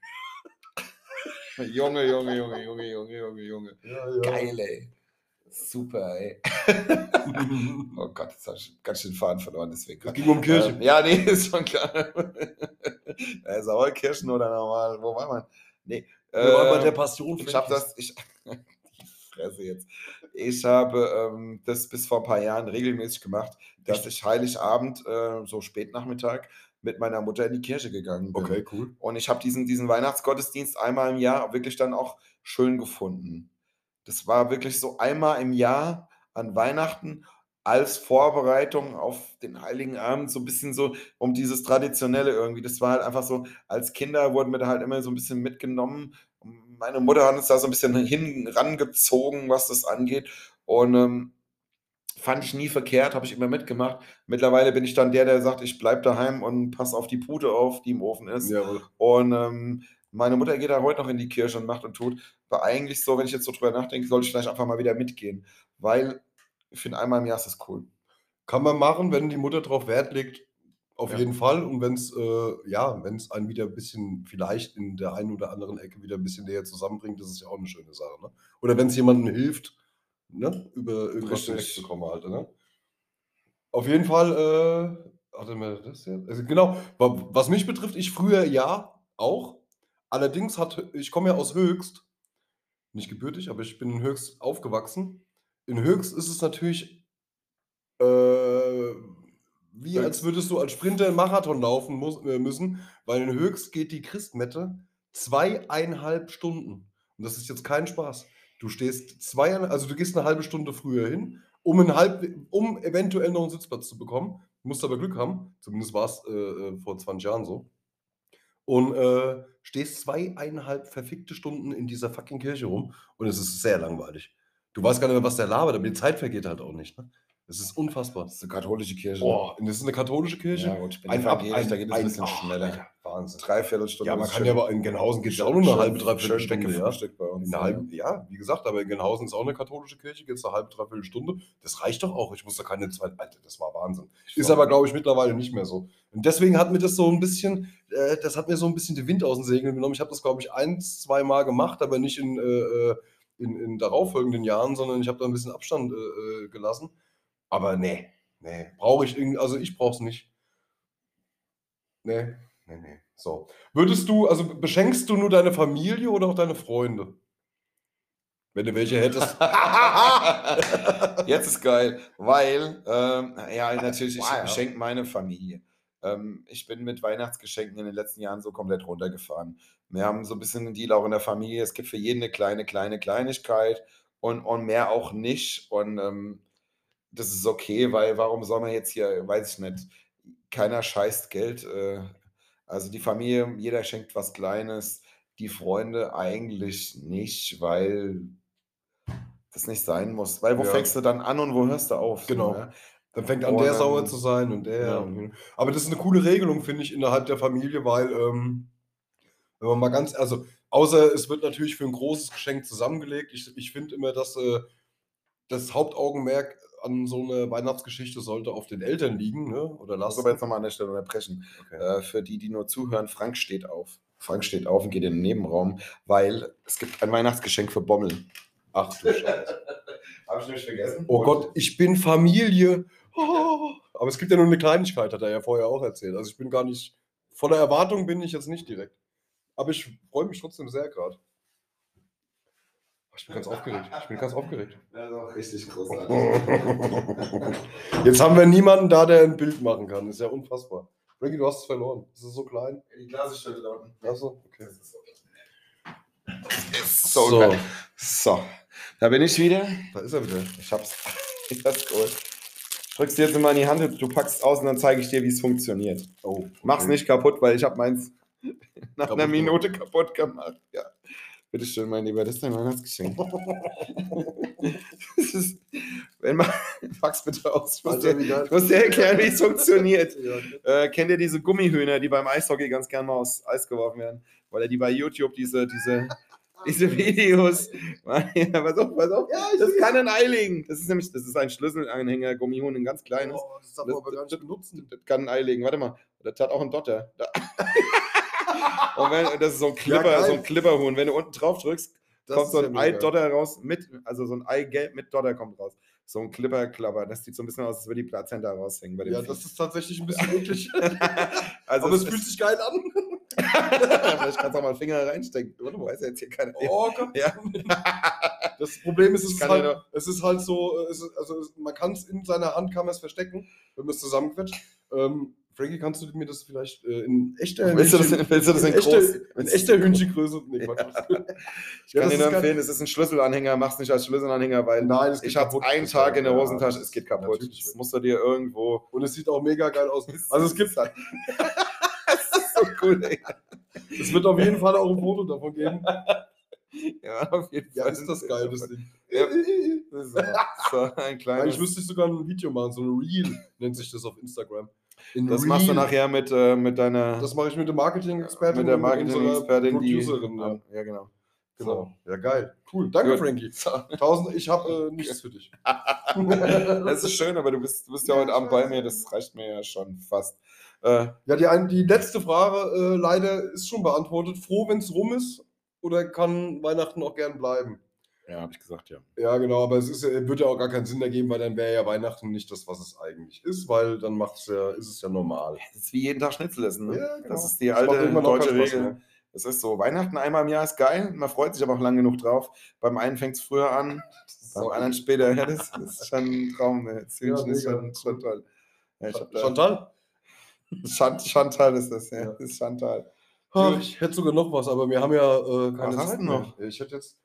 Junge, Junge, Junge, Junge, Junge, Junge, Junge. Ja, ja. Geil, ey. Super, ey. Oh Gott, jetzt habe ich ganz schön den Faden verloren, deswegen. Es ging um Kirche. Ähm, ja, nee, ist schon klar. äh, Sauer Kirschen oder normal. Wo war man? Nee. Wir waren bei der ähm, Passion. ich habe das. Ich, die Fresse jetzt. Ich habe ähm, das bis vor ein paar Jahren regelmäßig gemacht, dass ich Heiligabend, äh, so spät Nachmittag, mit meiner Mutter in die Kirche gegangen bin. Okay, cool. Und ich habe diesen, diesen Weihnachtsgottesdienst einmal im Jahr wirklich dann auch schön gefunden. Das war wirklich so einmal im Jahr an Weihnachten als Vorbereitung auf den Heiligen Abend, so ein bisschen so um dieses Traditionelle irgendwie. Das war halt einfach so, als Kinder wurden wir da halt immer so ein bisschen mitgenommen. Meine Mutter hat uns da so ein bisschen hin rangezogen, was das angeht. Und ähm, fand ich nie verkehrt, habe ich immer mitgemacht. Mittlerweile bin ich dann der, der sagt, ich bleib daheim und pass auf die Pute auf, die im Ofen ist. Jawohl. Und ähm, meine Mutter geht da heute noch in die Kirche und macht und tut. Aber eigentlich so, wenn ich jetzt so drüber nachdenke, sollte ich vielleicht einfach mal wieder mitgehen. Weil ich finde, einmal im Jahr ist das cool. Kann man machen, wenn die Mutter darauf Wert legt, auf Ja. jeden Fall. Und wenn es äh, ja, wenn's einen wieder ein bisschen, vielleicht in der einen oder anderen Ecke wieder ein bisschen näher zusammenbringt, das ist ja auch eine schöne Sache. Ne? Oder wenn es jemandem hilft, ne? über irgendwas Richtig. hinwegzukommen halt. Ne? Auf jeden Fall, äh, hatte mir das jetzt? Also genau, wa- was mich betrifft, ich früher ja auch. Allerdings hat, ich komme ja aus Höchst, nicht gebürtig, aber ich bin in Höchst aufgewachsen. In Höchst ist es natürlich äh, wie als Höchst. würdest du als Sprinter einen Marathon laufen muss, äh, müssen, weil in Höchst geht die Christmette zweieinhalb Stunden. Und das ist jetzt kein Spaß. Du stehst zweieinhalb, also du gehst eine halbe Stunde früher hin, um, einen halb, um eventuell noch einen Sitzplatz zu bekommen. Du musst aber Glück haben, zumindest war es äh, äh, vor 20 Jahren so. Und äh, stehst zweieinhalb verfickte Stunden in dieser fucking Kirche rum und es ist sehr langweilig. Du weißt gar nicht mehr, was der labert, aber die Zeit vergeht halt auch nicht. Ne? Es ist unfassbar. Das ist eine katholische Kirche. ne? Boah, und das ist eine katholische Kirche. Ja, gut, ich bin evangelisch, da geht es ein bisschen schneller. Wahnsinn. Dreiviertel Stunde. Ja, man kann ja aber in Genhausen geht es auch nur eine halbe, schön dreiviertel schön Stunde. Ja. weggefrühstückt bei uns. ne? In einer halben, ja, wie gesagt, aber in Genhausen ist auch eine katholische Kirche, geht es eine halbe, dreiviertel Stunde. Das reicht doch auch. Ich muss da keine zwei. Alter, das war Wahnsinn. Ist aber, glaube ich, mittlerweile nicht mehr so. Und deswegen hat mir das so ein bisschen, äh, das hat mir so ein bisschen den Wind aus den Segeln genommen. Ich habe das, glaube ich, ein, zwei Mal gemacht, aber nicht in, äh, äh, in, in darauffolgenden Jahren, sondern ich habe da ein bisschen Abstand äh, äh, gelassen. Aber nee, nee, brauche ich irgendwie, also ich brauche es nicht. Nee, nee, nee. So. Würdest du, also beschenkst du nur deine Familie oder auch deine Freunde? Wenn du welche hättest. Jetzt ist geil, weil, ähm, ja, natürlich, ich Wow. beschenke meine Familie. Ähm, ich bin mit Weihnachtsgeschenken in den letzten Jahren so komplett runtergefahren. Wir haben so ein bisschen einen Deal auch in der Familie. Es gibt für jeden eine kleine, kleine Kleinigkeit und, und mehr auch nicht. Und ähm, das ist okay, weil warum soll man jetzt hier, weiß ich nicht, keiner scheißt Geld. Äh, also die Familie, jeder schenkt was Kleines. Die Freunde eigentlich nicht, weil das nicht sein muss. Weil wo Ja. fängst du dann an und wo hörst du auf? so, Genau. ne? Dann fängt an, Und der dann- sauer zu sein und der. Ja. und- Aber das ist eine coole Regelung, finde ich, innerhalb der Familie, weil, ähm, wenn man mal ganz, also, außer es wird natürlich für ein großes Geschenk zusammengelegt. Ich, ich finde immer, dass äh, das Hauptaugenmerk an so eine Weihnachtsgeschichte sollte auf den Eltern liegen, ne? Oder Lass lassen. aber jetzt nochmal an der Stelle unterbrechen. Äh, für die, die nur zuhören, Frank steht auf. Frank steht auf und geht in den Nebenraum, weil es gibt ein Weihnachtsgeschenk für Bommel. Ach du Scheiße. Habe ich nicht vergessen. Oh Gott, ich bin Familie. Oh. Aber es gibt ja nur eine Kleinigkeit, hat er ja vorher auch erzählt. Also ich bin gar nicht, voller Erwartung bin ich jetzt nicht direkt. Aber ich freue mich trotzdem sehr gerade. Ah, Ich bin ganz aufgeregt. Ich bin ganz aufgeregt. Das ist auch richtig Jetzt haben wir niemanden da, der ein Bild machen kann. Ist ja unfassbar. Ricky, du hast es verloren. Es ist so klein. Die Klasse steht da unten. Achso, okay. So, geil. so, da bin ich wieder. da ist er wieder. Ich hab's. Ich hab's geholt. Ich drück's dir jetzt immer in die Hand, du packst aus und dann zeige ich dir, wie es funktioniert. Oh, okay. Mach's nicht kaputt, weil ich habe meins nach Kaputt einer gemacht. Minute kaputt gemacht. Ja. Bitteschön, mein Lieber, das ist dein Weihnachtsgeschenk. das ist, wenn man, Max bitte aus. Ich muss dir, Also wie geil. ich muss dir erklären, wie es funktioniert. Ja. Äh, kennt ihr diese Gummihühner, die beim Eishockey ganz gern mal aufs Eis geworfen werden? Weil er die bei YouTube diese, diese, diese Videos. ja, pass auf, pass auf. Ja, Das kann ein Eiling. Das ist nämlich, das ist ein Schlüsselanhänger, Gummihuhn, ein ganz kleines. Oh, das darf man aber gar nicht benutzen. Das kann ein Eiling. Warte mal. Das hat auch einen Dotter. Da. Und wenn, das ist so ein Clipper, geil. so ein Clipperhuhn. Wenn du unten drauf drückst, Das kommt ist so ja ein mega. Ei-Dotter raus mit, also so ein Eigelb mit Dotter kommt raus. So ein Clipper-Klapper. Das sieht so ein bisschen aus, als würde die Plazenta raushängen bei dem Ja, Vieh. das ist tatsächlich ein bisschen eklig. also aber es es fühlt sich geil an. Vielleicht kannst du auch mal einen Finger reinstecken. Du weißt ja jetzt hier keine. Oh Gott. Ja. Das Problem ist, Ich es ist, kann ja halt, nur- es ist halt so, äh, es ist, also es, man kann es in seiner Hand, kann man es verstecken, wenn man es zusammenquetscht. Ähm, Frankie, kannst du mir das vielleicht äh, in echter Willst du das in, willst du das in, echter, groß? in echter Hühnchengröße? Nee, Quatsch. Ich Ja, kann dir das nur ist geil. empfehlen, es ist ein Schlüsselanhänger, mach's nicht als Schlüsselanhänger, weil Nein, es geht ich habe kaputt. einen Das Tag in der ja, Hosentasche, das es geht kaputt. natürlich. Das musst du dir irgendwo. Und es sieht auch mega geil aus. Also es gibt, So cool, ey. es wird auf jeden Fall auch ein Foto davon geben. Ja, auf jeden Ja, Fall. ist das geil, das Ding. Ja. Das ist so- so ein kleines. Eigentlich müsste ich sogar ein Video machen, so ein Reel nennt sich das auf Instagram. Ein das machst du Reel. nachher mit, äh, mit deiner. Das mache ich mit der Marketing-Expertin. mit der und unserer Marketing-Expertin, die. Producerin, ja. ja, genau. Genau. Ja, geil. Cool. Danke, Gut. Frankie. Tausend, ich habe äh, nichts für dich. Das ist schön, aber du bist, du bist ja, Ja, heute ich Abend bei weiß. mir, das reicht mir ja schon fast. Äh, ja, die, ein, die letzte Frage äh, leider ist schon beantwortet. Froh, wenn es rum ist oder kann Weihnachten auch gern bleiben? ja, habe ich gesagt, ja. Ja, genau, aber es ist, ja- wird ja auch gar keinen Sinn ergeben, weil dann wäre ja Weihnachten nicht das, was es eigentlich ist, weil dann macht's ja, ist es ja normal. Das ist wie jeden Tag Schnitzel essen. Ne? Ja, Das ist die macht alte irgendwann auch keinen deutsche Spaß Regel. mehr. Es ist so, Weihnachten einmal im Jahr ist geil, man freut sich aber auch lang genug drauf. Beim einen fängt es früher an, beim So. anderen später. Ja, das ist schon ein Traum. Ne? Das Ja, Hühnchen ist mega. schon, schon toll. Ja, ich hab da, Chantal? Chan- Chantal ist das, ja. Ja. Das ist Chantal. Ha, ich hätte sogar noch was, aber wir haben ja äh, keine Was hast Zeit du mehr. noch? Ich hätte jetzt,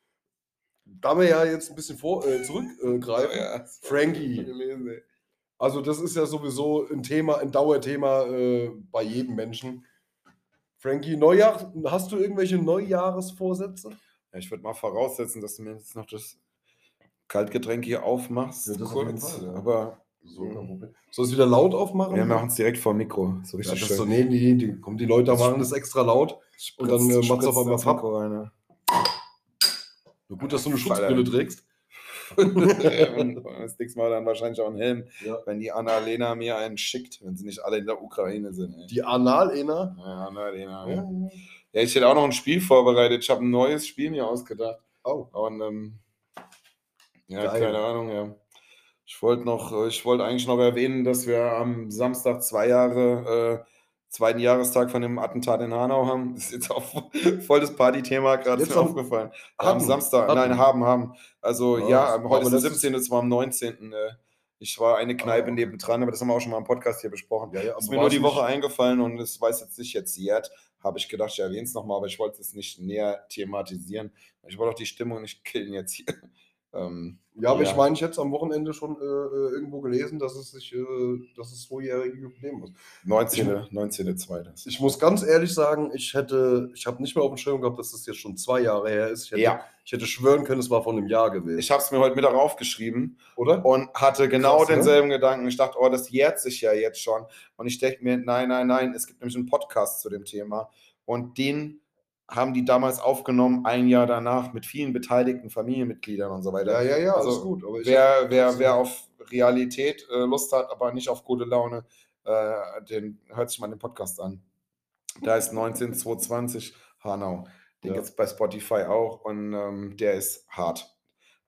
da wir ja jetzt ein bisschen vor, äh, zurückgreifen, Ja, das hab ich Frankie. gelesen, ey. Also das ist ja sowieso ein Thema, ein Dauerthema äh, bei jedem Menschen. Frankie, Neujahr, hast du irgendwelche Neujahresvorsätze? Ja, ich würde mal voraussetzen, dass du mir jetzt noch das Kaltgetränk hier aufmachst. Ja, das auf jeden kurz, Fall, ja. aber So, Mhm. kein Problem. Soll ich wieder laut aufmachen? wir machen es direkt vor dem Mikro. So ja, das richtig ist so, schön. nee, nee, die, kommen die Leute machen das extra laut. und dann, äh, Spritzt- macht's auf spritzt einmal ins Papp. Mikro rein, ja. Nur gut, dass du eine Fall, Schutzbrille ey. trägst. Äh, und das nächste Mal dann wahrscheinlich auch einen Helm, Ja. wenn die Annalena mir einen schickt, wenn sie nicht alle in der Ukraine sind. Ey. Die Analena. ja, Annalena. Ja. Ja. ja, ich hätte auch noch ein Spiel vorbereitet. Ich habe ein neues Spiel mir ausgedacht. Oh. Und ähm, ja, Geil. keine Ahnung, ja. Ich wollte noch, äh, ich wollte eigentlich noch erwähnen, dass wir am Samstag zwei Jahre, äh, zweiten Jahrestag von dem Attentat in Hanau haben. Ist jetzt auch voll das Partythema gerade Jetzt mir am- aufgefallen. Am Samstag, Hatten. nein, haben, haben. Also Ja, ja, das am- war heute aber ist der letztes- 17., das war am 19. äh, Ich war eine Kneipe Ah. nebendran, aber das haben wir auch schon mal im Podcast hier besprochen. Ja, ja, Ist aber mir nur war's die nicht- Woche eingefallen und es weiß jetzt nicht jetzt jetzt, habe ich gedacht, ich erwähne es nochmal, aber ich wollte es nicht näher thematisieren. Ich wollte auch die Stimmung nicht killen jetzt hier. Ähm, Ja, aber ich Ja. meine, ich hätte es am Wochenende schon äh, äh, irgendwo gelesen, dass es sich, äh, dass es zweijährige Jubiläum ist. 19. 19. Zweites. Ich muss ganz ehrlich sagen, ich hätte, ich habe nicht mehr auf dem Schirm gehabt, dass es jetzt schon zwei Jahre her ist. Ich hätte, Ja, ich hätte schwören können, es war vor einem Jahr gewesen. ich habe es mir heute Mittag aufgeschrieben oder? und hatte genau Krass, ne? denselben Gedanken. Ich dachte, oh, das jährt sich ja jetzt schon. Und ich denke mir, nein, nein, nein, es gibt nämlich einen Podcast zu dem Thema. Und den haben die damals aufgenommen, ein Jahr danach, mit vielen beteiligten Familienmitgliedern und so weiter. Ja, ja, ja, Also, alles gut. Aber ich wer, das- wer, wer auf Realität äh, Lust hat, aber nicht auf gute Laune, äh, den hört sich mal den Podcast an. Da ist 19220 Hanau. Den Ja. gibt's bei Spotify auch und ähm, der ist hart.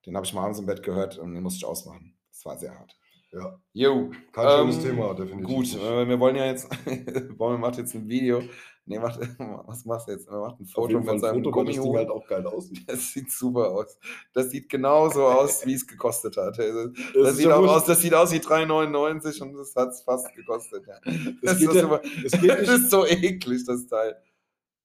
Den habe ich mal abends im Bett gehört und den musste ich ausmachen. Das war sehr hart. Ja. Jo, kein schönes ähm, Thema, definitiv. gut. nicht. Äh, wir wollen ja jetzt, Bäume macht jetzt ein Video. Nee, macht, was machst du jetzt? Er macht ein Auf Foto jeden Fall mit ein seinem Foto, weil das Ding Gummihuhn. halt auch geil aussieht. Das sieht super aus. Das sieht genauso aus, wie es gekostet hat. Also, das, ist sieht ja auch wurscht. aus, das sieht aus wie 3,99 und das hat es fast gekostet. Ja. Es Das, geht, ist ja, immer, es, geht das nicht, ist so eklig, das Teil.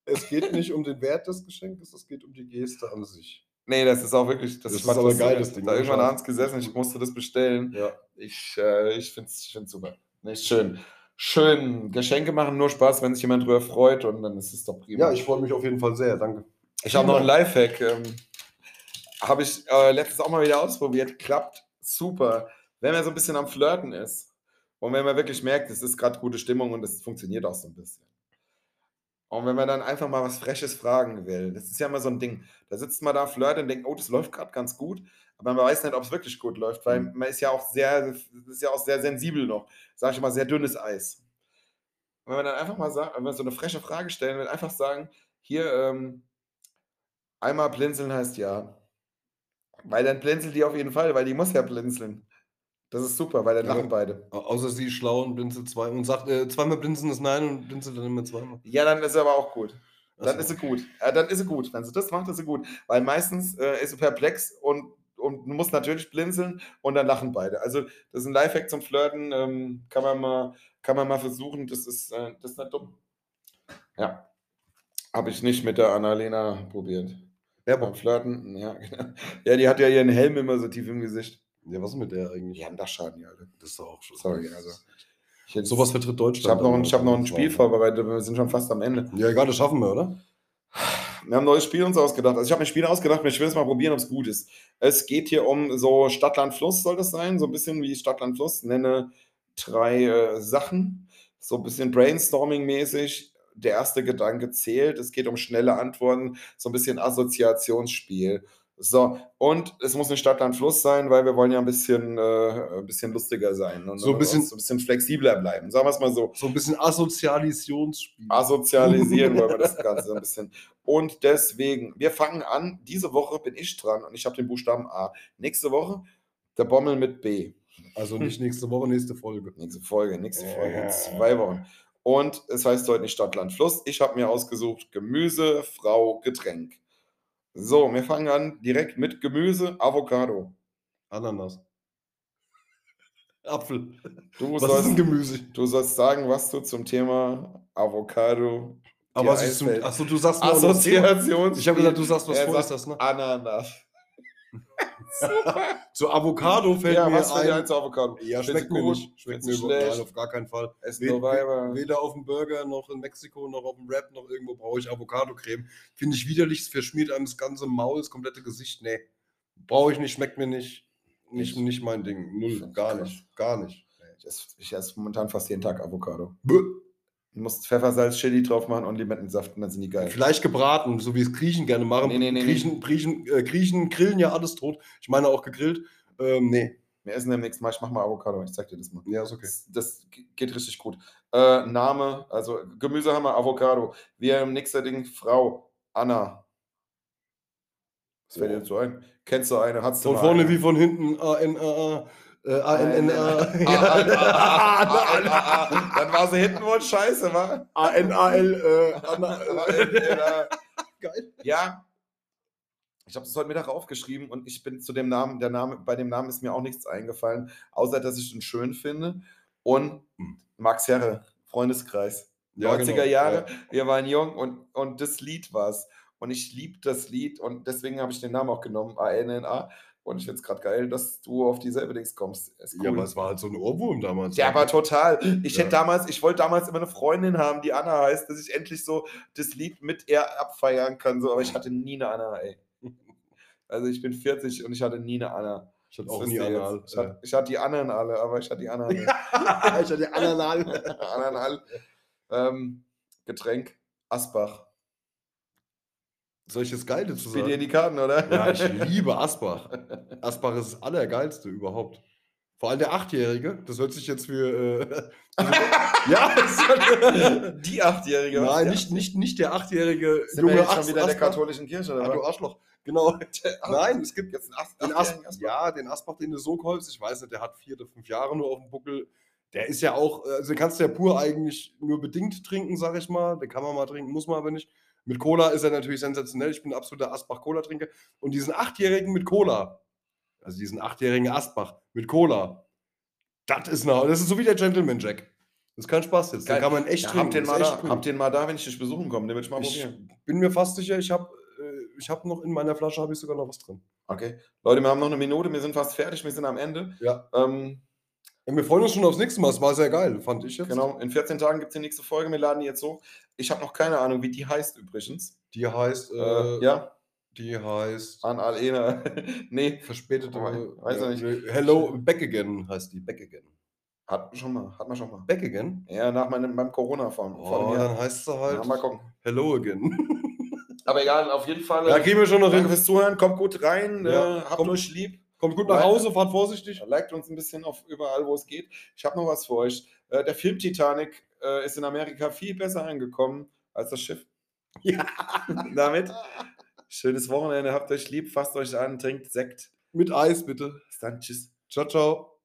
es geht nicht um den Wert des Geschenkes, es geht um die Geste an sich. Nee, das ist auch wirklich. Das, Das war ist aber das- geil, das Ding. Da irgendwann Scheiße. abends gesessen, ich musste das bestellen. Ja. Ich, äh, ich finde es ich find's super. Nee, ist schön. Schön. Geschenke machen nur Spaß, wenn sich jemand drüber freut und dann ist es doch prima. Ja, ich freue mich auf jeden Fall sehr, danke. Ich habe noch einen Lifehack. Ähm, habe ich äh, letztens auch mal wieder ausprobiert. Klappt super. Wenn man so ein bisschen am Flirten ist und wenn man wirklich merkt, es ist gerade gute Stimmung und es funktioniert auch so ein bisschen. Und wenn man dann einfach mal was Freches fragen will, das ist ja immer so ein Ding. Da sitzt man da, flirtet und denkt, oh, das läuft gerade ganz gut, aber man weiß nicht, ob es wirklich gut läuft, weil man ist ja auch sehr, ist ja auch sehr sensibel noch. Sag ich mal, sehr dünnes Eis. Wenn man dann einfach mal sagt, wenn man so eine freche Frage stellen will, einfach sagen, hier, ähm, einmal blinzeln heißt ja. Weil dann blinzelt die auf jeden Fall, weil die muss ja blinzeln. Das ist super, weil dann Ja. lachen beide. Au- Außer sie ist schlau und blinzelt zwei und sagt, äh, zweimal blinzeln ist nein und blinzelt dann immer zweimal. Ja, dann ist aber auch gut. Dann Achso. ist sie gut. Ja, dann ist sie gut. Wenn sie das macht, ist sie gut. Weil meistens äh, ist sie perplex und, und muss natürlich blinzeln und dann lachen beide. Also, das ist ein Lifehack zum Flirten. Ähm, kann, man mal, kann man mal versuchen. Das ist, äh, das ist nicht dumm. Ja. Habe ich nicht mit der Annalena probiert. Ja, Beim Flirten, ja, genau. Ja, die hat ja ihren Helm immer so tief im Gesicht. Ja, was ist mit der eigentlich? Die haben Dachschaden, ja, Alter. Das ist doch auch schon. Sorry, also. Ich hätte- Sowas vertritt ich Deutschland. habe noch, aber ein- ich hab noch ein das war- Spiel vorbereitet, aber wir sind schon fast am Ende. Ja, egal, das schaffen wir, oder? Wir haben ein neues Spiel uns ausgedacht. Also ich habe mir ein Spiel ausgedacht, ich will es mal probieren, ob es gut ist. Es geht hier um so Stadt, Land, Fluss soll das sein. So ein bisschen wie Stadt, Land, Fluss. Nenne drei äh, Sachen. So ein bisschen Brainstorming-mäßig. Der erste Gedanke zählt. Es geht um schnelle Antworten. So ein bisschen Assoziationsspiel. So, und es muss ein Stadt, Land, Fluss sein, weil wir wollen ja ein bisschen, äh, ein bisschen lustiger sein. Und So ein bisschen- so ein bisschen flexibler bleiben. Sagen wir es mal so. So ein bisschen Assozialisationsspiel. Ah. Asozialisieren wollen wir das Ganze so ein bisschen. Und deswegen, wir fangen an. Diese Woche bin ich dran und ich habe den Buchstaben A. Nächste Woche der Bommel mit B. also nicht nächste Woche, nächste Folge. Nächste Folge, nächste Folge, in Ja. zwei Wochen. Und es heißt heute nicht Stadt, Land, Fluss. Ich habe mir ausgesucht Gemüse, Frau, Getränk. So, wir fangen an direkt mit Gemüse, Avocado. Ananas. Apfel. Du, Was ist ein sollst, Gemüse? du sollst sagen, was du zum Thema Avocado Aber was ist einfällt. zum, achso, du sagst nur was vor. Assoziations. Ich habe gesagt, du sagst was Er vor, ist sagt das, ne? Ananas. Zu Avocado fällt ah. ja, mir was fällt dir ein ein. zu Avocado? Ja, Findest schmeckt du mir gut? nicht. Schmeckt Findest mir du überhaupt schlecht? nein, auf gar keinen Fall. Essen Wed- nur Weiber. Weder auf dem Burger, noch in Mexiko, noch auf dem Wrap, noch irgendwo brauche ich Avocado-Creme. Finde ich widerlich, es verschmiert einem das ganze Maul, das komplette Gesicht. Nee, brauche ich nicht, schmeckt mir nicht. Nicht, Echt? nicht mein Ding. Null, Find's gar krass. nicht. Gar nicht. Ich esse, ich esse momentan fast jeden Tag Avocado. Bäh. Du musst Pfeffer, Salz, Chili drauf machen und Limettensaft und dann sind die geil. Vielleicht gebraten, so wie es Griechen gerne machen. Nee, nee, nee, Griechen, Griechen, äh, Griechen grillen ja alles tot. Ich meine auch gegrillt. Ähm, nee, Wir essen demnächst mal, ich mach mal Avocado, ich zeig dir das mal. ja, ist okay. Das, das ge- geht richtig gut. Äh, Name, also Gemüse haben wir, Avocado. Wir im nächsten Ding, Frau, Anna. Was fällt dir Wow. dazu ein? Kennst du eine? Hat's du Von mal vorne eine? wie von hinten. A, N, A, A. Äh, A, genau. N, N, Ah, ah, ah, ah, ah, A. ah, ah. Dann war sie hinten wohl scheiße, wa? A, N, A, L. Aber, äh, äh, Geil. Ja. Ich habe das heute Mittag aufgeschrieben und ich bin zu dem Namen, der Name, bei dem Namen ist mir auch nichts eingefallen, außer dass ich ihn schön finde. Und Hm. Max Herre, Freundeskreis. genau. 90er Jahre, wir waren jung und, und das Lied war's. Und ich liebe das Lied und deswegen habe ich den Namen auch genommen, ANNA. Und ich finde es gerade geil, dass du auf dieselbe Dings kommst. Ist Ja, cool. aber es war halt so ein Ohrwurm damals. ne? Ja, aber total. Ich Ja. hätte damals, ich wollte damals immer eine Freundin haben, die Anna heißt, dass ich endlich so das Lied mit ihr abfeiern kann. So, aber ich hatte nie eine Anna, ey. Also ich bin 40 und ich hatte nie eine Anna. Ich hatte Das auch wisst nie ihr jetzt. Anal. Ich hatte, ich hatte die anderen alle, aber ich hatte die Anna. nicht. Äh, ich hatte Anal. Anderen alle. Ähm, Getränk, Asbach. Soll ich das Geile zu Spielt ihr in sagen? die Karten, oder? Ja, ich liebe Asbach. Asbach ist das Allergeilste überhaupt. Vor allem der Achtjährige, das hört sich jetzt für. Äh, ja, das hat, die Achtjährige. was? Nein, Ja. nicht, nicht, nicht der Achtjährige. Sind wir jetzt Ast- schon wieder in der Asbach. katholischen Kirche, oder? Ah, du was? Arschloch. Genau. Nein, es gibt Jetzt einen Acht- den Achtjährigen Asbach. Ja, den Asbach, den du so kaufst, ich weiß nicht, der hat vier oder fünf Jahre nur auf dem Buckel. Der ist ja auch, äh, also den kannst du ja pur eigentlich nur bedingt trinken, sag ich mal. Den kann man mal trinken, muss man aber nicht. Mit Cola ist er natürlich sensationell. Ich bin ein absoluter Asbach-Cola-Trinker. Und diesen Achtjährigen mit Cola, also diesen Achtjährigen Asbach mit Cola, das ist eine, das ist so wie der Gentleman Jack. Das ist kein Spaß jetzt. Geil. Den kann man echt Ja, trinken. habt, den das mal ist da, echt cool. habt den mal da, wenn ich dich besuchen komme. Den will ich mal Ich- probieren. bin mir fast sicher, ich habe äh, ich hab noch in meiner Flasche habe ich sogar noch was drin. Okay. Leute, wir haben noch eine Minute, wir sind fast fertig, wir sind am Ende. Ja. Ähm, Ja, wir freuen uns schon aufs nächste Mal. Es war sehr geil, fand ich jetzt. Genau, in 14 Tagen gibt es die nächste Folge. Wir laden die jetzt hoch. Ich habe noch keine Ahnung, wie die heißt übrigens. Die heißt, äh, Äh, ja, die heißt an Alena. nee, verspätete. Aber weiß ich nicht. Hello, Back Again heißt die. Back Again. hatten wir schon mal. Hatten wir schon mal. Back Again? Ja, nach meinem, meinem corona von Oh, dann heißt sie halt Ja, mal gucken. Hello Again. Aber egal, auf jeden Fall. da äh, kriegen wir schon noch Danke hin. fürs Zuhören. Kommt gut rein. Ja, äh, habt kommt- euch lieb. Kommt gut nach Nein. Hause, fahrt vorsichtig. Liked uns ein bisschen auf überall, wo es geht. Ich habe noch was für euch. Äh, der Film Titanic äh, ist in Amerika viel besser angekommen als das Schiff. Ja. Damit schönes Wochenende. Habt euch lieb, fasst euch an, trinkt Sekt. Mit Eis bitte. Bis dann, tschüss. Ciao, ciao.